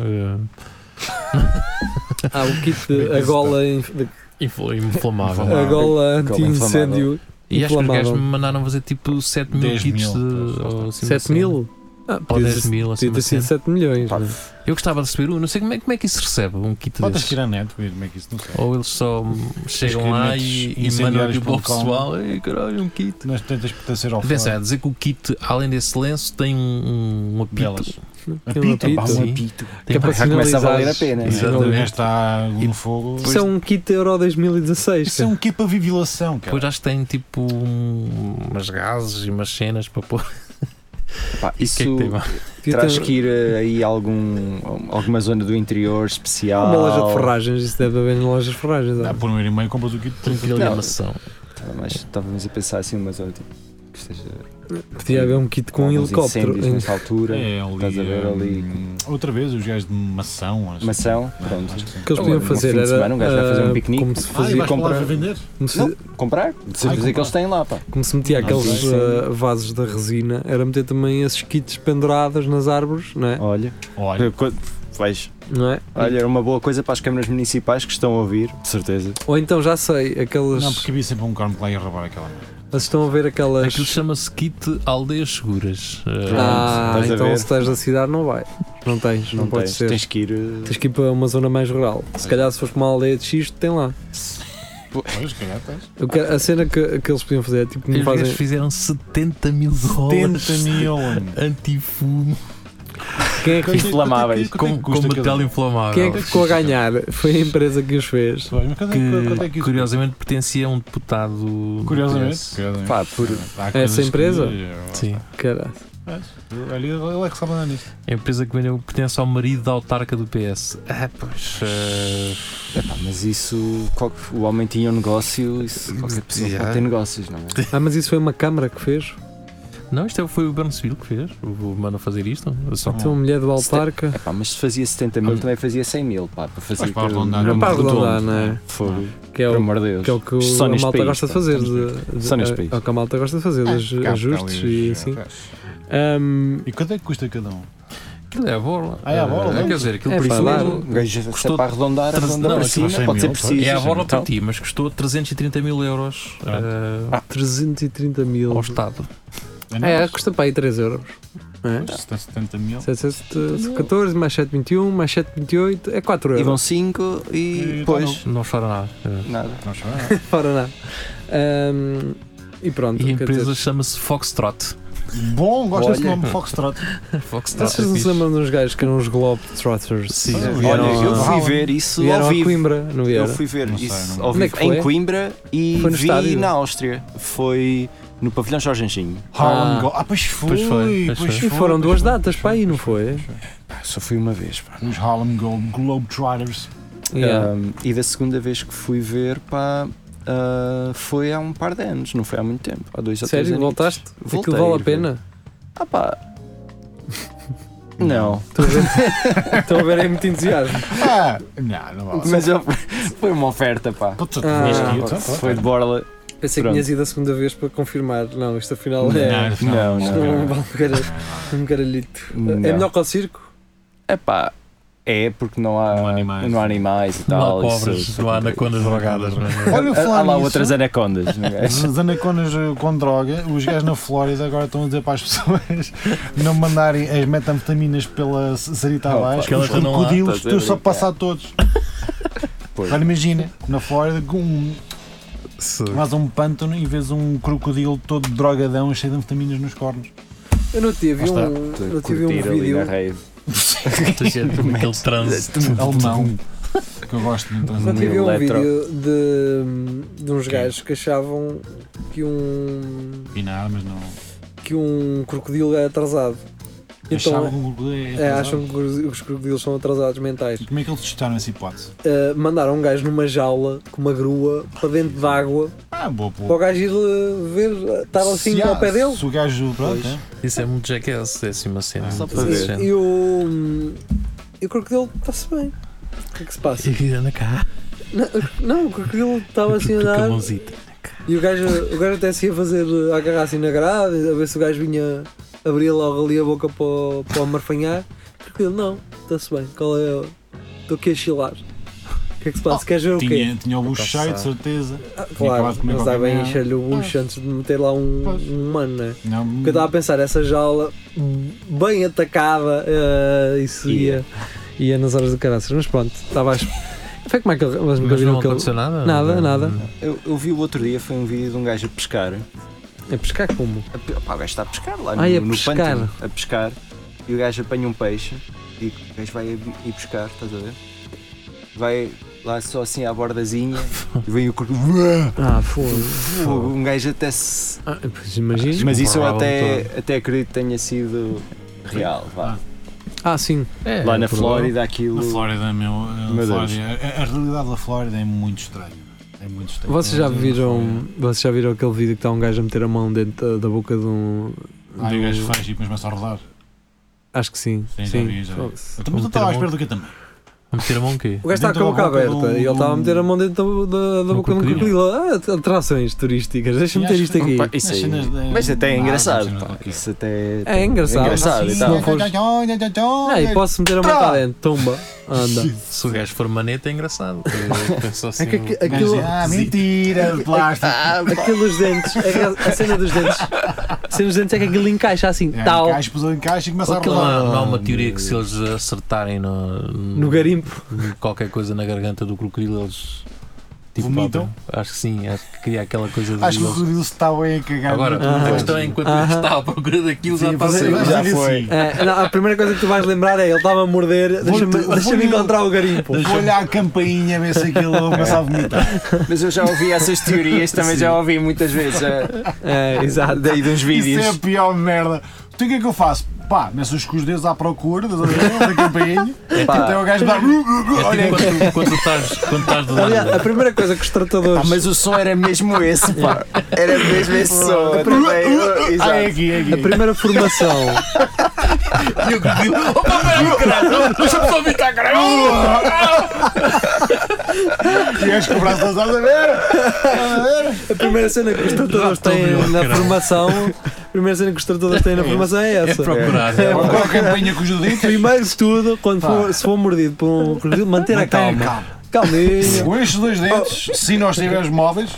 Speaker 2: Ah, o kit, a gola inf- de-
Speaker 3: inflamável.
Speaker 2: A gola anti-incêndio
Speaker 3: E acho que os gajos
Speaker 2: inflamável.
Speaker 3: me mandaram fazer tipo 7 mil
Speaker 4: 10 mil,
Speaker 3: kits de. ou assim,
Speaker 2: 7 mil? Ah,
Speaker 3: Ou
Speaker 2: podia
Speaker 3: 10 mil, assim,
Speaker 2: podia ter
Speaker 3: uma cena.
Speaker 2: sido 7 milhões. né?
Speaker 3: Eu gostava de receber um, não sei como é, como é que isso recebe, um kit
Speaker 4: Podes
Speaker 3: desses.
Speaker 4: tirar neto, como é que isso não sei.
Speaker 3: Ou eles só chegam lá e, e mandam aqui para o pessoal. Ei, caralho, um kit.
Speaker 4: Nós tentas pertencer ao
Speaker 3: Atenção,
Speaker 4: fã.
Speaker 3: é dizer que o kit, além desse lenço, tem um, um apito.
Speaker 4: Delas.
Speaker 2: Tem um apito,
Speaker 3: sim.
Speaker 2: um apito.
Speaker 3: Tem
Speaker 2: Que é para
Speaker 3: já começa a valer a
Speaker 2: é
Speaker 3: pena.
Speaker 4: Exatamente.
Speaker 3: Exatamente.
Speaker 4: Está no fogo.
Speaker 2: Isso é um kit Euro 2016.
Speaker 4: Isso é um kit para vivilação, cara.
Speaker 3: Depois acho que tem tipo um, umas gases e umas cenas para pôr.
Speaker 5: Pá,
Speaker 3: E o que é que
Speaker 5: isso
Speaker 3: tem lá?
Speaker 5: terás que ir eh, aí a algum, a alguma zona do interior especial.
Speaker 2: Uma loja de ferragens, isso deve haver em lojas de ferragens.
Speaker 5: Ah,
Speaker 4: por um euro e meio compras o kit de
Speaker 5: Não. Tá, mas estávamos a pensar assim uma zona tipo, que esteja.
Speaker 2: Podia haver um kit com um
Speaker 5: alguns
Speaker 2: helicóptero.
Speaker 5: incêndios né? nessa altura.
Speaker 4: É, ali,
Speaker 5: estás a ver ali.
Speaker 4: hum, Outra vez, os gajos de mação. acho.
Speaker 5: Mação,
Speaker 4: Não,
Speaker 5: pronto.
Speaker 4: acho que sim.
Speaker 2: O que eles podiam fazer
Speaker 5: fim de
Speaker 2: era.
Speaker 5: semana um gajo vai fazer um
Speaker 2: ah,
Speaker 5: piquenique.
Speaker 2: Como se
Speaker 4: Ah, e
Speaker 2: fazia.
Speaker 4: vais para lá vender?
Speaker 2: Como se,
Speaker 5: Não, comprar? De certeza que
Speaker 4: comprar.
Speaker 5: eles têm lá, pá.
Speaker 2: como se metia
Speaker 5: Não,
Speaker 2: aqueles
Speaker 5: sim.
Speaker 2: ah, vasos da resina, era meter também esses kits pendurados nas árvores, não é?
Speaker 5: Olha.
Speaker 4: Olha.
Speaker 5: Vejo.
Speaker 2: Não é?
Speaker 5: Oh. Olha, era uma boa coisa para as câmaras municipais que estão a ouvir, de certeza.
Speaker 2: Ou então já sei, aquelas.
Speaker 4: Não, porque havia sempre um carmo que lá ia roubar aquela merda.
Speaker 2: Vocês estão a ver aquelas.
Speaker 3: Aquilo chama-se kit Aldeias Seguras.
Speaker 2: Ah,
Speaker 5: Estás a
Speaker 2: então
Speaker 5: ver?
Speaker 2: se estás na cidade não vai. Não tens, não,
Speaker 5: Não
Speaker 2: pode
Speaker 5: tens,
Speaker 2: ser.
Speaker 5: tens que ir, eh,
Speaker 2: Tens que ir para uma zona mais rural. Se calhar se fores para uma aldeia de xisto, tem lá.
Speaker 4: Pois, se calhar tens.
Speaker 2: Eu quero- a cena que, que eles podiam fazer é tipo, não
Speaker 3: Os gajos
Speaker 2: fazem.
Speaker 3: fizeram 70 mil dólares.
Speaker 4: 70 mil. mano.
Speaker 3: Antifumo.
Speaker 2: Quem é que
Speaker 4: Quanto é-
Speaker 5: Inflamáveis.
Speaker 4: quanto é que-
Speaker 3: Com
Speaker 4: quanto é que custa
Speaker 3: metal
Speaker 4: aquele-
Speaker 3: inflamável.
Speaker 2: Quem é que ficou a ganhar? Foi a empresa que os fez.
Speaker 4: Pois, mas quanto é que- quanto é que
Speaker 3: Que
Speaker 4: isso-
Speaker 3: curiosamente pertencia a um deputado. do
Speaker 4: Curiosamente,
Speaker 3: PS.
Speaker 4: curiosamente.
Speaker 5: Pá, por-
Speaker 4: Há coisas
Speaker 2: é Essa
Speaker 4: que-
Speaker 2: empresa?
Speaker 3: Sim.
Speaker 2: Cara,
Speaker 4: Olha, ele é que sabe andar nisso.
Speaker 3: A empresa que vendeu pertence ao marido da autarca do PS. Ah, pois. eh,
Speaker 4: ah,
Speaker 5: Epá, mas isso, qual- o homem tinha um negócio, isso, qualquer pessoa
Speaker 3: Yeah.
Speaker 5: pode ter negócios, não é?
Speaker 2: Ah, mas isso foi uma câmara que fez?
Speaker 3: Não, isto é- foi o Berno Civil que fez. O o mano a fazer isto.
Speaker 5: Ah.
Speaker 3: Só
Speaker 4: Ah.
Speaker 2: Então, mulher do Alparca.
Speaker 5: Epá, mas se fazia 70 mil, também fazia 100 mil, pá, para fazer
Speaker 2: Mas para
Speaker 5: aquele
Speaker 2: arredondar,
Speaker 5: número
Speaker 2: é para
Speaker 5: redondo,
Speaker 2: arredondar, não é?
Speaker 5: Fogo.
Speaker 2: Que é o-
Speaker 5: Por amor de Deus.
Speaker 2: Que é o que o-
Speaker 5: Só
Speaker 2: a
Speaker 5: neste
Speaker 2: malta
Speaker 5: país,
Speaker 2: gosta de
Speaker 5: pá.
Speaker 2: fazer. De, de,
Speaker 5: Só neste
Speaker 2: é-
Speaker 5: país.
Speaker 2: é o que a malta gosta de fazer,
Speaker 5: Ah,
Speaker 2: dos
Speaker 5: cá,
Speaker 2: ajustes
Speaker 5: cá,
Speaker 2: e
Speaker 5: cá,
Speaker 2: assim.
Speaker 5: cá.
Speaker 4: E quanto é que custa cada um?
Speaker 3: Aquilo é a bola.
Speaker 4: Ah, é a bola,
Speaker 3: É,
Speaker 4: não?
Speaker 3: quer dizer, aquilo
Speaker 4: É
Speaker 3: por
Speaker 4: pá,
Speaker 3: isso
Speaker 4: dá.
Speaker 3: mesmo
Speaker 4: Um gajo, se é
Speaker 3: custou
Speaker 5: para arredondar,
Speaker 3: tre-
Speaker 5: arredonda
Speaker 3: não,
Speaker 5: para
Speaker 3: aquilo
Speaker 5: cima,
Speaker 3: cem
Speaker 5: pode ser
Speaker 3: mil, pois.
Speaker 5: preciso,
Speaker 3: É a bola
Speaker 5: então.
Speaker 3: para ti, mas custou 330 mil euros eh,
Speaker 2: Ah, 330 mil.
Speaker 3: ao Estado.
Speaker 2: É, custa para aí 3 euros. não é?
Speaker 4: Custa 70 mil.
Speaker 2: 700, 14 mais 7, 21, mais 7, 28, é 4 euros.
Speaker 5: E vão 5 e depois.
Speaker 3: Não chora nada.
Speaker 5: Nada.
Speaker 4: Não chora
Speaker 2: Fora nada. Ahm, e pronto.
Speaker 3: E a
Speaker 2: Então, quer
Speaker 3: empresa
Speaker 2: dizer,
Speaker 3: chama-se Foxtrot.
Speaker 4: Bom, gosto desse
Speaker 2: Olha.
Speaker 4: nome, Foxtrot.
Speaker 2: Ah.
Speaker 3: Foxtrot. é
Speaker 2: Vocês não se lembram de uns gajos que eram uns Globetrotters?
Speaker 3: Sim.
Speaker 5: Olha, eu fui ver isso
Speaker 2: vieram
Speaker 5: ao
Speaker 2: a
Speaker 5: vivo.
Speaker 2: Coimbra, não vieram?
Speaker 5: Eu fui ver isso ao
Speaker 2: Onde é que
Speaker 5: vivo
Speaker 2: foi?
Speaker 5: em Coimbra e
Speaker 2: Foi no
Speaker 5: vi
Speaker 2: estádio?
Speaker 5: na Áustria. Foi no pavilhão Jorge Anjinho.
Speaker 2: Harlem Ah. Go-
Speaker 4: ah, pois foi,
Speaker 2: Pois foi, pois foi. E foram duas datas para aí, não foi? Ah,
Speaker 5: Só fui uma vez. Pá.
Speaker 4: Os Harlem Go- Globetrotters.
Speaker 5: Um, e da segunda vez que fui ver, pá, ah, foi há um par de anos, não foi há muito tempo. Há dois ou três
Speaker 2: Sério,
Speaker 5: anos.
Speaker 2: voltaste? Aquilo vale a pena?
Speaker 5: Ah pá. Não.
Speaker 2: Estou a ver, estou a ver é muito entusiasmo.
Speaker 4: Ah, não, não vale.
Speaker 5: Mas eu- foi uma oferta, pá.
Speaker 4: Puta,
Speaker 2: Ah. tinhas que ir, então,
Speaker 5: foi de borla.
Speaker 2: Pensei
Speaker 5: Pronto.
Speaker 2: que tinhas ido a segunda vez para confirmar. Não, isto afinal é.
Speaker 5: Não, afinal,
Speaker 2: isto
Speaker 5: não.
Speaker 2: é um bom cara- um caralhito. É melhor que ao circo?
Speaker 5: É pá. É porque não
Speaker 4: um
Speaker 5: há, não há animais, e
Speaker 3: é Não há
Speaker 2: Ah,
Speaker 5: tal. isso-
Speaker 3: cobras,
Speaker 2: é
Speaker 5: isso-
Speaker 3: não há anacondas drogadas, não é?
Speaker 4: Olha, falar
Speaker 5: há lá
Speaker 4: nisso-
Speaker 5: outras anacondas. não é?
Speaker 4: As anaconas eh, com droga, os gajos na Flórida agora estão a dizer para as pessoas não mandarem as metanfetaminas pela s- sarita
Speaker 5: Oh,
Speaker 4: abaixo,
Speaker 5: porque
Speaker 4: os
Speaker 5: elas andam lá,
Speaker 4: crocodilos,
Speaker 5: estás a
Speaker 4: tu só
Speaker 5: brincar.
Speaker 4: passar todos.
Speaker 5: Pois.
Speaker 4: Agora imagina, na Flórida, com um, mais um pântano e vês um crocodilo todo drogadão cheio de anfetaminas nos cornos.
Speaker 2: Eu não tive
Speaker 4: Lá
Speaker 2: um,
Speaker 4: está.
Speaker 2: não tive um vídeo.
Speaker 3: Aquele transe
Speaker 4: alemão que eu gosto de um transe
Speaker 2: Não tive um
Speaker 4: alemão.
Speaker 2: vídeo de, de uns gajos que achavam que um.
Speaker 4: Pinar, mas não.
Speaker 2: que um crocodilo é atrasado. Então,
Speaker 4: Achavam que um crocodilo é
Speaker 2: é,
Speaker 4: atrasado?
Speaker 2: acham que os os crocodilos são atrasados mentais.
Speaker 4: Como é que eles testaram essa hipótese?
Speaker 2: Uh, mandaram um gajo numa jaula com uma grua para dentro de água
Speaker 4: Ah, boa, boa.
Speaker 2: para o gajo ir uh, ver, uh, estar assim
Speaker 4: Se há-
Speaker 2: ao pé dele.
Speaker 4: Se o gajo. Pronto,
Speaker 2: Pois.
Speaker 4: é.
Speaker 3: Isso é muito jackass, décima cena.
Speaker 2: Só para
Speaker 3: Desse
Speaker 2: ver.
Speaker 3: género.
Speaker 2: E o. E o crocodilo está-se bem. O que é que se passa?
Speaker 3: E anda cá.
Speaker 2: Não, Não, o crocodilo estava assim a andar.
Speaker 3: mãozita.
Speaker 2: E o gajo, o gajo até se ia fazer a agarrar assim na grade, a ver se o gajo vinha abrir logo ali a boca para, o- para o marfanhar. O crocodilo, não, está-se bem. Qual é. o- Estou aqui a chilar. O que é que se passa? Queres ver o quê?
Speaker 4: Tinha, tinha o bucho cheio, de certeza.
Speaker 2: Ah,
Speaker 4: Tinha acabado
Speaker 2: Claro,
Speaker 4: de comer
Speaker 2: mas dá
Speaker 4: qualquer
Speaker 2: bem
Speaker 4: merda.
Speaker 2: encher-lhe o bucho antes de meter lá um, um humano, né?
Speaker 4: Não,
Speaker 2: Porque eu estava a pensar, essa jaula bem atacada, eh, isso ia. ia nas horas do caraças. Mas pronto, estava a. Foi como é que ele. Mas nunca
Speaker 5: Mas
Speaker 2: viram
Speaker 5: não
Speaker 2: aquele-
Speaker 5: aconteceu nada?
Speaker 2: Nada, nada.
Speaker 5: Eu, eu vi o outro dia, foi um vídeo de um gajo a pescar.
Speaker 2: A É pescar como?
Speaker 5: Pá, o gajo está a pescar lá
Speaker 2: Ai, a
Speaker 5: no, no
Speaker 2: pescar.
Speaker 5: pântano. A pescar. E o gajo apanha um peixe e o gajo vai a- ir pescar, estás a ver? Vai lá só assim à bordazinha e vem o corpo.
Speaker 2: Ah, fogo.
Speaker 5: Um gajo até se.
Speaker 2: Ah, pois imagino.
Speaker 5: Mas isso eu
Speaker 2: Provavelmente.
Speaker 5: até, até acredito que tenha sido real. Vá.
Speaker 2: então. Ah, sim.
Speaker 5: lá na Flórida, aquilo.
Speaker 4: Na Flórida, meu. eh,
Speaker 5: Meu Deus.
Speaker 4: Flórida. A, a realidade da Flórida é muito estranha. É muito estranha.
Speaker 2: Vocês já
Speaker 4: É-
Speaker 2: viram. Vocês já viram aquele vídeo que está um gajo a meter a mão dentro da- da boca de um.
Speaker 4: Ah, e o
Speaker 2: do-
Speaker 4: gajo faz e depois começa a rodar.
Speaker 2: Acho que sim.
Speaker 4: Sim, já vi, já vi.
Speaker 2: Foda-se.
Speaker 4: Eu
Speaker 5: Um
Speaker 4: também estava à espera do que também.
Speaker 3: Vamos ter a mão o quê?
Speaker 2: O gajo está com a boca aberta e ele estava a meter a mão dentro da, da, da boca de um crocodilo. Ah, atrações turísticas, deixa-me ter isto aqui.
Speaker 5: Pá, isso aí- Mas
Speaker 4: Ah,
Speaker 5: até é engraçado. pá. Isso até
Speaker 2: Ah, É engraçado.
Speaker 5: engraçado e
Speaker 2: Se
Speaker 5: tal.
Speaker 2: não fores- Ah, e posso meter a mão para dentro, tumba, anda.
Speaker 3: Se o gajo for maneta é engraçado. Eu penso assim,
Speaker 2: É que aqui- aquilo- Ah,
Speaker 4: mentira, de plástico.
Speaker 2: Aqueles dentes, é que a cena dos dentes. A cena dos dentes é que aquilo encaixa assim, tal.
Speaker 4: É, Encaixa, pôs encaixa e começa a
Speaker 3: Aquilo não,
Speaker 4: rodar.
Speaker 3: há- não há uma teoria que se eles acertarem no,
Speaker 2: um, No garimpo.
Speaker 3: qualquer coisa na garganta do crocodilo eles tipo,
Speaker 4: Vomitam?
Speaker 3: papam. Acho que sim, acho que cria aquela coisa de
Speaker 4: Acho que o
Speaker 3: eles-
Speaker 4: Rodrigo se está bem a cagar.
Speaker 3: Agora,
Speaker 4: muito
Speaker 3: a
Speaker 4: bem.
Speaker 3: questão é enquanto ele está à procura daquilo, já está a
Speaker 4: fazer- assim.
Speaker 3: sair.
Speaker 4: já foi.
Speaker 2: É, não, a primeira coisa que tu vais lembrar é ele estava a morder, deixa-me
Speaker 4: Vou-te-
Speaker 2: deixa-me
Speaker 4: vou-lhe-
Speaker 2: encontrar o garimpo.
Speaker 4: Vou olhar a campainha, ver se aquilo é um começa a vomitar.
Speaker 5: Mas eu já ouvi essas teorias, também já ouvi muitas vezes. É,
Speaker 2: exato.
Speaker 5: Daí de uns vídeos.
Speaker 4: Isso é a pior merda. Tu o que é que eu faço? Pá, meças com os dedos à procura das orelhas, da campainha,
Speaker 3: Pá.
Speaker 4: até o gajo dá. Olha
Speaker 3: tipo quando, quando estás, quando estás do lado.
Speaker 2: a primeira coisa que os tratadores.
Speaker 5: mas o som era mesmo esse, pá. Era mesmo esse som. eu também, eu-
Speaker 4: Ah,
Speaker 5: exato.
Speaker 4: é
Speaker 2: A primeira formação.
Speaker 3: Eu que digo, opa, pera, caralho, deixa-me só vir cá, caralho.
Speaker 4: E és com o braço lançado a ver.
Speaker 2: A primeira cena que os tratadores têm na formação. A primeira cena que os tratadores têm na
Speaker 4: É
Speaker 2: formação um é
Speaker 4: esse.
Speaker 2: essa.
Speaker 4: É procurar.
Speaker 2: É.
Speaker 4: Ou com a campainha com os dedos.
Speaker 2: Primeiro de tudo, quando for, se for mordido por um crocodilo, manter a
Speaker 4: Mantenha
Speaker 2: calma.
Speaker 4: calma.
Speaker 2: Calminha.
Speaker 4: Com estes dois dentes, se não estiveres móveis,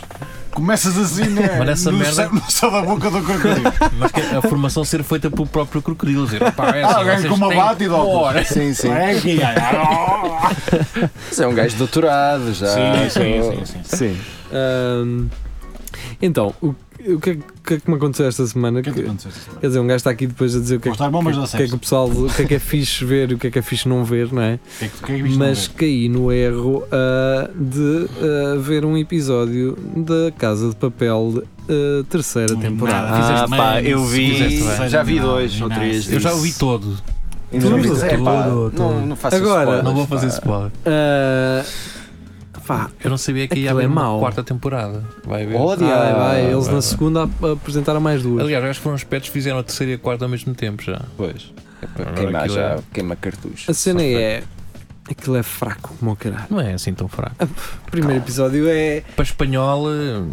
Speaker 4: começas assim né,
Speaker 3: Mas essa
Speaker 4: no,
Speaker 3: merda-
Speaker 4: céu- no céu da boca do crocodilo.
Speaker 3: Mas que a formação ser feita pelo próprio crocodilo. Dizer, pá, é assim,
Speaker 4: Ah, alguém
Speaker 3: vocês
Speaker 4: com uma
Speaker 3: têm-
Speaker 4: bata e de óculos.
Speaker 3: Ora.
Speaker 5: Sim, sim.
Speaker 4: É aqui,
Speaker 5: Mas é um gajo doutorado já.
Speaker 3: Ah,
Speaker 2: Sim, sim,
Speaker 5: sim.
Speaker 2: Ahm, então, o, o que, é, que- o que é que me aconteceu esta semana?
Speaker 4: é
Speaker 2: Que- Quer dizer, um gajo está aqui depois a dizer o que, é, que,
Speaker 4: Mostrar bombas
Speaker 2: que-
Speaker 4: da
Speaker 2: que é que o pessoal o que é que é fixe ver e o que é que é fixe não ver, não é?
Speaker 4: é que- o que é que é fixe não
Speaker 2: Mas
Speaker 4: ver?
Speaker 2: caí no erro ah, de ah, ver um episódio da Casa de Papel ah, terceira temporada.
Speaker 5: nada, fizeste Ah, bem, pá, eu vi- fizeste bem. já vi dois ou três
Speaker 3: Eu já
Speaker 5: disso.
Speaker 3: o vi todo.
Speaker 5: Ainda não vi todo. É, pá, não- não faças
Speaker 2: Agora,
Speaker 5: spoilers,
Speaker 3: Não vou fazer
Speaker 5: pá.
Speaker 3: spoiler.
Speaker 2: Ah,
Speaker 3: eu não sabia que ia
Speaker 2: aquilo é
Speaker 3: haver uma
Speaker 2: mau.
Speaker 3: quarta temporada. Vai ver.
Speaker 2: Vai, Ah, vai, eles na segunda ap- apresentaram mais duas.
Speaker 3: Aliás, acho que foram os pets que fizeram a terceira e a quarta ao mesmo tempo já. é-
Speaker 5: Pois.
Speaker 2: É queimar já,
Speaker 5: queima cartucho.
Speaker 2: A cena é. Aquilo é fraco como o caralho.
Speaker 3: Não é assim tão fraco.
Speaker 2: O primeiro episódio é.
Speaker 3: Para espanhol. eh,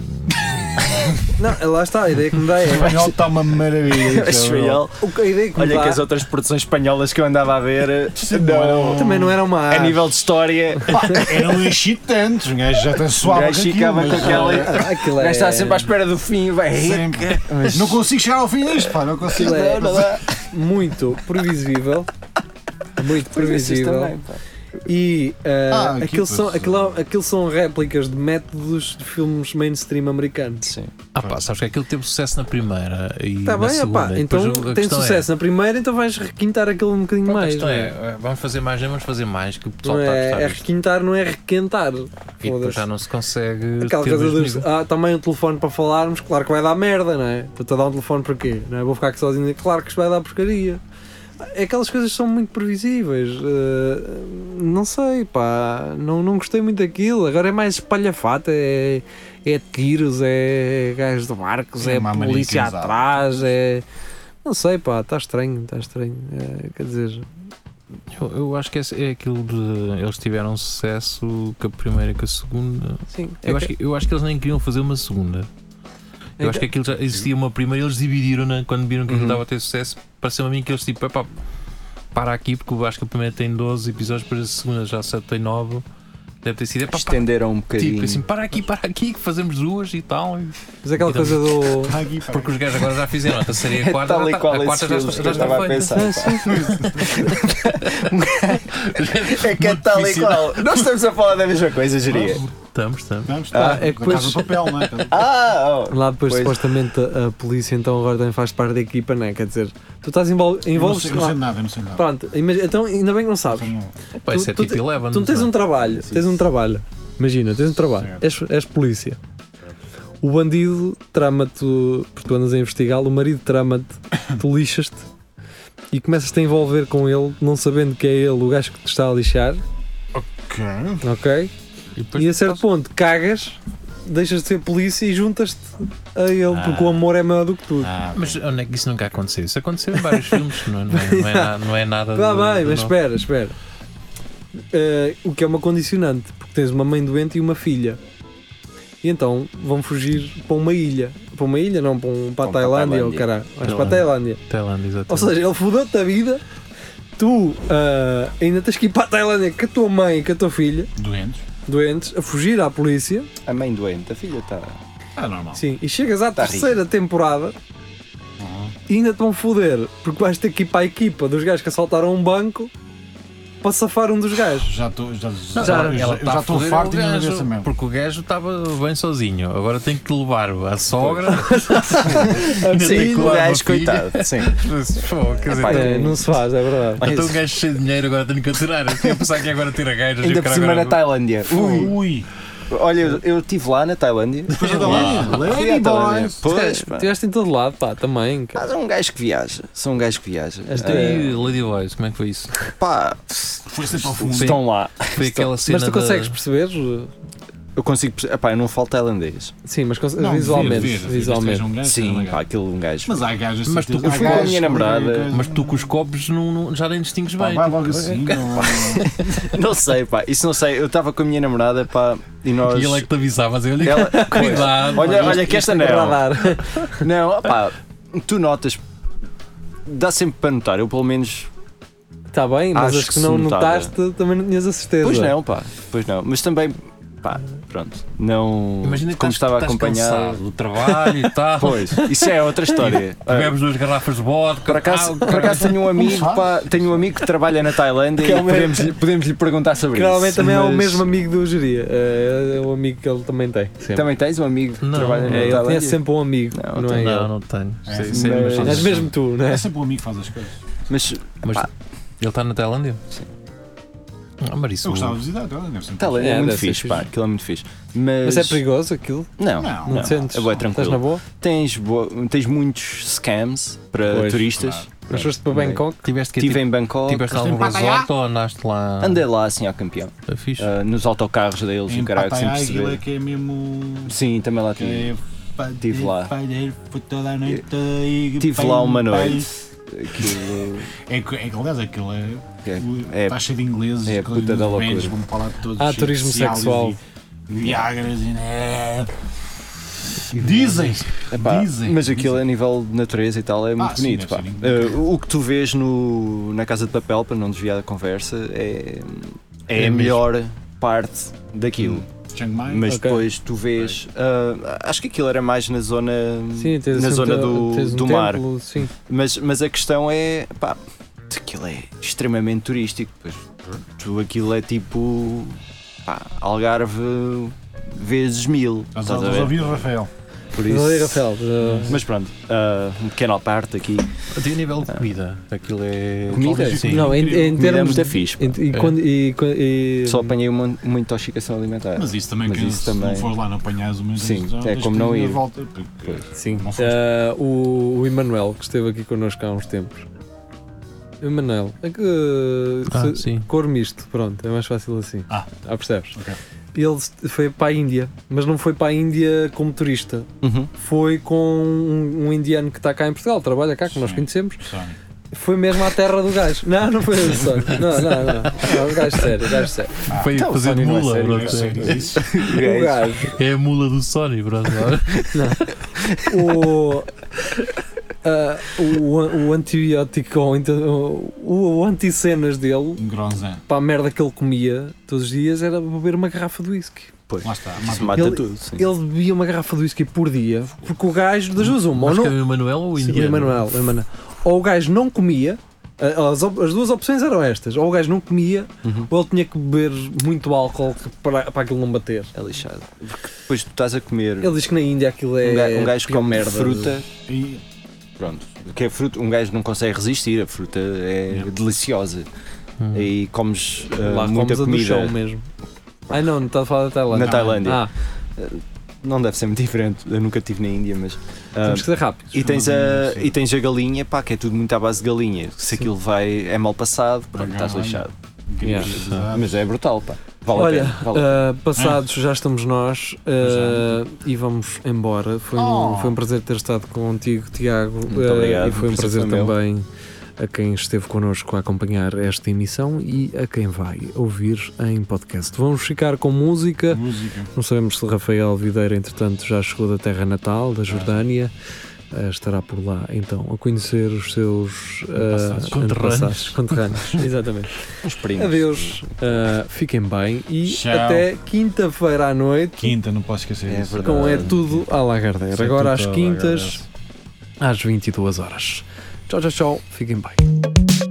Speaker 2: Não, lá está, a ideia que me dá é.
Speaker 5: Espanhol está
Speaker 4: uma maravilha.
Speaker 5: Espanhol.
Speaker 2: O que- a ideia que me
Speaker 5: Olha
Speaker 2: dá-
Speaker 5: que as outras produções espanholas que eu andava a ver. eh, Não.
Speaker 2: Também não Ah. era uma
Speaker 5: A nível de história.
Speaker 4: Pá, eram excitantes, um gajo já tem suave.
Speaker 5: O gajo ficava com aquela.
Speaker 2: Ah,
Speaker 5: O gajo
Speaker 2: é
Speaker 5: está sempre à espera do fim, vai.
Speaker 4: Sempre.
Speaker 5: Mas-
Speaker 4: Não consigo chegar ao fim disto, pá, não consigo.
Speaker 2: Aquilo é muito previsível. Muito previsível.
Speaker 4: também,
Speaker 2: e uh,
Speaker 4: Ah, aqui,
Speaker 2: aquilo,
Speaker 4: pois,
Speaker 2: são, aquilo, aquilo são réplicas de métodos de filmes mainstream americanos.
Speaker 5: Sim.
Speaker 3: Ah pá, sabes que aquilo teve sucesso na primeira e
Speaker 2: Está
Speaker 3: na
Speaker 2: Tá bem,
Speaker 3: segunda.
Speaker 2: opá,
Speaker 3: E depois
Speaker 2: então
Speaker 3: o- a
Speaker 2: tem
Speaker 3: questão é-
Speaker 2: sucesso na primeira, então vais requintar aquilo um bocadinho
Speaker 3: a
Speaker 2: mais.
Speaker 3: questão
Speaker 2: não
Speaker 3: é,
Speaker 2: é?
Speaker 3: eh, vamos fazer mais, vamos fazer mais, que o pessoal
Speaker 2: Não
Speaker 3: está a
Speaker 2: é,
Speaker 3: gostar
Speaker 2: é
Speaker 3: disto.
Speaker 2: requintar, não é requentar.
Speaker 3: E depois
Speaker 2: Foda-se.
Speaker 3: já não se consegue.
Speaker 2: Aquela
Speaker 3: ter
Speaker 2: coisa
Speaker 3: dois
Speaker 2: dos.
Speaker 3: níveis.
Speaker 2: Ah, também um telefone para falarmos, claro que vai dar merda, não é? Estou a dar um telefone para quê? Não é? Vou ficar aqui sozinho, claro que isto vai dar porcaria. É Aquelas coisas que são muito previsíveis. eh, não sei, pá. Não, não gostei muito daquilo. Agora é mais espalhafata, é, é tiros, é gajos de barcos,
Speaker 4: É
Speaker 2: é,
Speaker 4: uma
Speaker 2: polícia
Speaker 4: americanizada.
Speaker 2: atrás, é. Não sei, pá. Está estranho, está estranho. eh, quer dizer.
Speaker 3: Eu, eu acho que é, é aquilo de. Eles tiveram sucesso com a primeira e com a segunda.
Speaker 2: Sim, é
Speaker 3: eu, acho
Speaker 2: que-
Speaker 3: que, eu acho que eles nem queriam fazer uma segunda. Eu
Speaker 2: É
Speaker 3: acho
Speaker 2: que-
Speaker 3: que aquilo já existia uma primeira e eles dividiram-na quando viram que aquilo
Speaker 2: Uhum.
Speaker 3: estava a ter sucesso. Pareceu a mim que eles tipo, epá, para aqui porque eu acho que a primeira tem 12 episódios, depois a segunda já só tem 9. Deve ter sido. Epá, pá,
Speaker 5: Estenderam um
Speaker 3: Tipo
Speaker 5: bocadinho.
Speaker 3: assim, para aqui, para aqui, que fazemos duas e tal.
Speaker 2: Mas é aquela
Speaker 3: E damos-
Speaker 2: coisa do.
Speaker 3: Porque os gajos agora já fizeram a terceira e a
Speaker 5: É
Speaker 3: quarta.
Speaker 5: tal
Speaker 3: já
Speaker 5: e
Speaker 3: tá-
Speaker 5: qual
Speaker 3: a
Speaker 5: esses
Speaker 3: quarta já
Speaker 5: filmes
Speaker 3: está-
Speaker 5: que
Speaker 3: já
Speaker 5: eu
Speaker 3: está
Speaker 5: estava a
Speaker 3: feita. Ah,
Speaker 5: É que é tal e qual. Nós estamos a falar da mesma coisa, geria.
Speaker 3: Estamos, estamos.
Speaker 5: Ah,
Speaker 2: é que depois-
Speaker 5: Ah, oh.
Speaker 2: Lá depois,
Speaker 5: Pois.
Speaker 2: supostamente, a, a polícia então agora também faz parte da equipa, não é? Quer dizer, tu estás envol-
Speaker 4: Eu não
Speaker 2: envolves.
Speaker 4: sei, não
Speaker 2: lá-
Speaker 4: sei nada, eu não sei nada.
Speaker 2: Pronto, imagina- então ainda bem que não sabes.
Speaker 3: Pá, isso é tipo
Speaker 2: te-
Speaker 3: 11,
Speaker 2: tu tens
Speaker 3: não é?
Speaker 2: um trabalho, tens um trabalho. Imagina, tens um trabalho, és, és polícia. O bandido trama-te, porque tu andas a investigá-lo, o marido trama-te, tu lixas-te e começas-te a envolver com ele, não sabendo que é ele o gajo que te está a lixar.
Speaker 4: Ok.
Speaker 2: Ok? E, a certo ponto cagas, deixas de ser polícia e juntas-te a ele, porque o amor é maior do que tudo.
Speaker 3: Mas onde é que isso nunca aconteceu? Isso aconteceu em vários filmes, não, é- não é, não é nada. Não é nada
Speaker 2: Está
Speaker 3: de-
Speaker 2: Tá bem,
Speaker 3: de
Speaker 2: mas
Speaker 3: novo.
Speaker 2: espera, espera. Eh, o que é uma condicionante, porque tens uma mãe doente e uma filha. E então vão fugir para uma ilha. Para uma ilha, não, para, um, para a Tailândia, ou caralho. Mas para a Tailândia.
Speaker 3: Tailândia, exatamente.
Speaker 2: Ou seja, ele fudou-te a vida. Tu ah, ainda tens que ir para a Tailândia com a tua mãe e com a tua filha.
Speaker 4: Doentes.
Speaker 2: Doentes, a fugir à polícia.
Speaker 5: A mãe doente, a filha tá. está.
Speaker 4: Ah, normal.
Speaker 2: Sim, e chegas à
Speaker 5: Tá
Speaker 2: terceira temporada e ainda te vão foder, porque vais ter que ir para a equipa dos gajos que assaltaram um banco para safar um dos gajos.
Speaker 4: Já estou. Já,
Speaker 3: Não,
Speaker 2: já-
Speaker 3: ela-
Speaker 2: eu
Speaker 3: ela
Speaker 2: já-
Speaker 3: tá
Speaker 2: eu já
Speaker 3: a
Speaker 2: estou
Speaker 3: foder
Speaker 2: farto
Speaker 3: o
Speaker 2: de não ver
Speaker 3: gajo,
Speaker 2: essa merda.
Speaker 3: Porque o gajo estava bem sozinho, agora tem que levar a sogra. ainda
Speaker 5: Sim,
Speaker 3: tem que
Speaker 5: o
Speaker 3: levar
Speaker 5: gajo,
Speaker 3: a filha.
Speaker 5: coitado, sim.
Speaker 3: Pô, quer dizer,
Speaker 5: Epá,
Speaker 3: então-
Speaker 5: é, não
Speaker 2: se faz, é verdade.
Speaker 3: Então um gajo cheio de dinheiro agora tenho que aturar. Eu tinha a pensar que ia agora tira gajas e o
Speaker 5: Ainda tá por
Speaker 3: cara
Speaker 5: cima na
Speaker 3: agora-
Speaker 5: Tailândia. Ui.
Speaker 4: Ui.
Speaker 5: Olha, eu- eu estive lá na Tailândia.
Speaker 2: Fui lá.
Speaker 5: Fui à Tailândia. Pois, pá.
Speaker 2: Estiveste em todo lado, pá, também. cara. É.
Speaker 5: Mas é um gajo que viaja. Sou um gajo que viaja.
Speaker 3: Até aí, Lady Boys, como é que foi isso?
Speaker 5: Pá,
Speaker 3: Foste para o fundo.
Speaker 5: Estão lá.
Speaker 3: Foi aquela
Speaker 5: Estão-
Speaker 3: cena da-
Speaker 2: perceber?
Speaker 5: Eu consigo perceber. Epá, eu não falo tailandês.
Speaker 2: Sim, mas cons- Não, visualmente, ver, ver, ver, visualmente. esteja um
Speaker 3: É,
Speaker 2: gajo,
Speaker 5: Sim,
Speaker 2: esteja um
Speaker 5: pá, aquilo um gajo.
Speaker 4: Mas há gajas,
Speaker 5: Mas tu,
Speaker 4: certeza,
Speaker 5: eu
Speaker 4: há
Speaker 5: fui com a
Speaker 4: gajos
Speaker 5: minha
Speaker 4: que
Speaker 5: namorada.
Speaker 3: Mas tu com os copos não, não- já nem distingues
Speaker 4: Pá,
Speaker 3: bem.
Speaker 4: vai
Speaker 3: tipo,
Speaker 4: logo assim, não-
Speaker 5: Não sei, pá, isso não sei. Eu estava com a minha namorada, pá, e nós.
Speaker 3: E ele é que te avisava, a dizer, olha,
Speaker 5: Ela-
Speaker 3: cuidado.
Speaker 5: olha,
Speaker 3: isto-
Speaker 5: olha que
Speaker 3: isto
Speaker 5: esta
Speaker 3: é
Speaker 5: não.
Speaker 3: radar.
Speaker 5: Não, pá, tu notas. Dá sempre para notar, eu pelo menos.
Speaker 2: Está Tá bem, mas as que, não notaste também não tinhas a certeza.
Speaker 5: Pois não, pá, pois não. Mas também, pá, pronto. Não.
Speaker 3: Imagina que
Speaker 5: como
Speaker 3: estás-
Speaker 5: estava
Speaker 3: estás
Speaker 5: acompanhado
Speaker 3: cansado do trabalho e tal.
Speaker 5: Pois, isso é outra história.
Speaker 3: Bebemos duas garrafas de vodka.
Speaker 5: Por acaso,
Speaker 3: tal,
Speaker 5: por acaso tenho um amigo, pá, tenho um amigo que trabalha na Tailândia
Speaker 2: Que é
Speaker 5: e
Speaker 2: o mesmo.
Speaker 5: podemos, podemos lhe perguntar sobre
Speaker 2: Que normalmente
Speaker 5: isso.
Speaker 2: também é o
Speaker 5: mas-
Speaker 2: mesmo amigo do Jeria. É é o amigo que ele também tem. sempre.
Speaker 5: Também tens um amigo que trabalha na
Speaker 2: É, ele
Speaker 5: Tailândia?
Speaker 2: conhece sempre um amigo. Não, é
Speaker 3: não,
Speaker 2: ele.
Speaker 3: não tenho.
Speaker 2: É,
Speaker 3: Sim, sim, mas-
Speaker 2: mas, és mesmo tu, não é?
Speaker 4: É sempre um amigo que faz as coisas.
Speaker 5: Mas,
Speaker 3: Mas ele está na Tailândia?
Speaker 5: Sim.
Speaker 3: Ah, mas isso.
Speaker 4: Eu gostava de visitar, claro, deve ser
Speaker 5: Tailândia é,
Speaker 2: É,
Speaker 5: muito
Speaker 2: deve ser
Speaker 5: fixe, pá,
Speaker 2: fixe.
Speaker 5: aquilo é muito fixe. Mas,
Speaker 2: Mas é perigoso aquilo?
Speaker 5: Não,
Speaker 2: Não. Não te sentes?
Speaker 5: É boa,
Speaker 2: Estás
Speaker 5: tranquilo.
Speaker 2: na boa?
Speaker 5: Tens, boa- tens muitos scams para
Speaker 2: Pois,
Speaker 5: turistas.
Speaker 2: claro. tipo- Mas foste para Bangkok?
Speaker 3: Tiveste que- tipo,
Speaker 5: Estive em Bangkok.
Speaker 3: Tiveste algum resort ou andaste lá?
Speaker 5: Andei lá assim ao campeão. Ah, nos autocarros deles e o
Speaker 4: Em
Speaker 5: caralho sem
Speaker 4: Pattaya,
Speaker 5: perceber.
Speaker 4: aquilo é que é mesmo... é
Speaker 5: Sim, também lá tive. Estive lá.
Speaker 4: Estive
Speaker 5: Tive lá uma noite. Aquilo.
Speaker 4: É, que- é, que, aliás, aquilo é.
Speaker 5: É-
Speaker 4: é tá cheio de ingleses,
Speaker 5: é a
Speaker 4: aqueles
Speaker 5: puta da
Speaker 4: velhos,
Speaker 5: loucura.
Speaker 4: vão para lá todos.
Speaker 2: Ah,
Speaker 4: cheios de
Speaker 2: turismo
Speaker 4: Cialis
Speaker 2: sexual.
Speaker 4: E, Viagras e. né? Dizem!
Speaker 5: Epá,
Speaker 4: dizem! Ah,
Speaker 5: mas aquilo a nível de natureza e tal é muito
Speaker 4: sim,
Speaker 5: bonito.
Speaker 4: deve
Speaker 5: pá. Eh, o que tu vês no, na Casa de Papel, para não desviar da conversa, é, é,
Speaker 4: É
Speaker 5: a
Speaker 4: mesmo.
Speaker 5: melhor parte daquilo.
Speaker 4: Chiang Mai? Hum,
Speaker 5: Mas
Speaker 4: é? Ok.
Speaker 5: depois tu vês. ah, acho que aquilo era mais na zona,
Speaker 2: Sim, tens assim
Speaker 5: na
Speaker 2: um
Speaker 5: zona
Speaker 2: te-
Speaker 5: do,
Speaker 2: tens um
Speaker 5: do mar.
Speaker 2: templo, sim.
Speaker 5: Mas, mas a questão é. Pá, aquilo é extremamente turístico. Pois, tu, aquilo é tipo. Pá, Algarve vezes mil.
Speaker 4: Estás
Speaker 5: estás a
Speaker 4: a
Speaker 5: ver?
Speaker 4: ouvir, Rafael?
Speaker 5: Por
Speaker 4: Estás a ouvir,
Speaker 5: isso.
Speaker 4: Rafael?
Speaker 5: Mas pronto, ah, um pequeno à parte aqui.
Speaker 3: Até a nível de comida, aquilo é.
Speaker 5: Comida?
Speaker 3: Sim.
Speaker 2: Não, em, em
Speaker 5: Comida é
Speaker 2: termos
Speaker 5: muito fixe, pá.
Speaker 2: em- e
Speaker 5: É.
Speaker 2: quando- e- e-
Speaker 5: Só apanhei uma, uma intoxicação alimentar.
Speaker 4: Mas isso também, que se não fores lá, não apanhas o mesmo.
Speaker 5: Sim,
Speaker 4: já
Speaker 5: é
Speaker 4: tens
Speaker 5: como
Speaker 4: que
Speaker 5: não
Speaker 4: ir
Speaker 5: ir. É.
Speaker 4: de volta, porque-
Speaker 2: Sim. Ah, o, o Emanuel, que esteve aqui connosco há uns tempos. Emanuel, é que,
Speaker 3: Ah,
Speaker 2: se-
Speaker 3: sim.
Speaker 2: cor misto, pronto, é mais fácil assim.
Speaker 4: Ah,
Speaker 2: percebes? Ele est- foi para a Índia, mas não foi para a Índia como turista.
Speaker 5: Uhum.
Speaker 2: Foi com um, um indiano que está cá em Portugal, trabalha cá, que nós conhecemos.
Speaker 4: Sónico.
Speaker 2: Foi mesmo à terra do gajo. Não, não foi o Sónico. Não, não, não. não o gajo sério, o gajo sério.
Speaker 3: Foi
Speaker 2: Então, o
Speaker 3: fazer de
Speaker 2: Sónico é
Speaker 3: mula,
Speaker 2: sério,
Speaker 3: bro.
Speaker 2: é sério, é isso.
Speaker 5: Um
Speaker 3: O
Speaker 2: gajo.
Speaker 3: É a mula do Sony, bro.
Speaker 2: o, ah, o, o antibiótico, ou então, o, o anti-cenas dele,
Speaker 4: Gronzan.
Speaker 2: para a merda que ele comia todos os dias, era beber uma garrafa de whisky.
Speaker 5: Pois.
Speaker 4: Lá está.
Speaker 5: Isso mata
Speaker 2: ele,
Speaker 5: tudo, sim.
Speaker 2: ele bebia uma garrafa de whisky por dia, porque o gajo das duas uma.
Speaker 3: Mas
Speaker 2: ou
Speaker 3: que é
Speaker 2: não-
Speaker 3: o Emanuel ou o
Speaker 2: Sim,
Speaker 3: indiano?
Speaker 2: Emanuel, o Emanuel. Ou o gajo não comia, a- as, op- as duas opções eram estas: ou o gajo não comia,
Speaker 3: Uhum.
Speaker 2: ou ele tinha que beber muito álcool para, para aquilo não bater.
Speaker 5: É lixado. Depois tu estás a comer.
Speaker 2: Ele diz que na Índia aquilo é.
Speaker 5: um gajo, um gajo
Speaker 2: pior
Speaker 5: come
Speaker 2: merda.
Speaker 5: fruta. Pronto. Que é fruta, um gajo não consegue resistir, a fruta é deliciosa. E comes ah,
Speaker 2: Hum. Lá
Speaker 5: muita
Speaker 2: comes a do
Speaker 5: comida.
Speaker 2: chão mesmo. Ai não, não está a falar da Tailândia.
Speaker 5: Na Tailândia.
Speaker 2: Ah,
Speaker 5: Não deve ser muito diferente, eu nunca estive na Índia, mas. ah,
Speaker 2: Temos que ser rápidos.
Speaker 5: E tens,
Speaker 2: Não,
Speaker 5: a, e tens a galinha, pá, que é tudo muito à base de galinha. Se aquilo vai, é mal passado, pronto, estás
Speaker 2: galinha.
Speaker 5: lixado.
Speaker 2: Yeah.
Speaker 5: Mas é brutal, pá. Vale
Speaker 2: Olha,
Speaker 5: a pena. Vale a pena.
Speaker 2: ah, passados já estamos nós ah, e vamos embora. Foi um,
Speaker 5: Oh.
Speaker 2: foi um prazer ter estado contigo, Tiago.
Speaker 5: Muito
Speaker 2: ah,
Speaker 5: obrigado,
Speaker 2: E foi um
Speaker 5: o
Speaker 2: prazer
Speaker 5: prazer foi meu.
Speaker 2: também a quem esteve connosco a acompanhar esta emissão e a quem vai ouvir em podcast. Vamos ficar com música. Não sabemos se Rafael Videira, entretanto, já chegou da terra natal, da Jordânia. Ah, estará por lá então a conhecer os seus ah,
Speaker 3: Antepassados. Conterrâneos.
Speaker 2: antepassados, conterrâneos. Exatamente.
Speaker 5: Os primos.
Speaker 2: ah, Adeus, ah, fiquem bem e
Speaker 4: Tchau.
Speaker 2: até quinta-feira à noite.
Speaker 4: Quinta, não posso esquecer
Speaker 2: É
Speaker 4: disso.
Speaker 2: verdade. Com É Tudo à
Speaker 4: Isso
Speaker 2: Lagardeira.
Speaker 4: é
Speaker 2: Agora
Speaker 4: tudo
Speaker 2: às
Speaker 4: à
Speaker 2: quintas, às 22 horas. Tchau, tchau, tchau. Fiquem bem.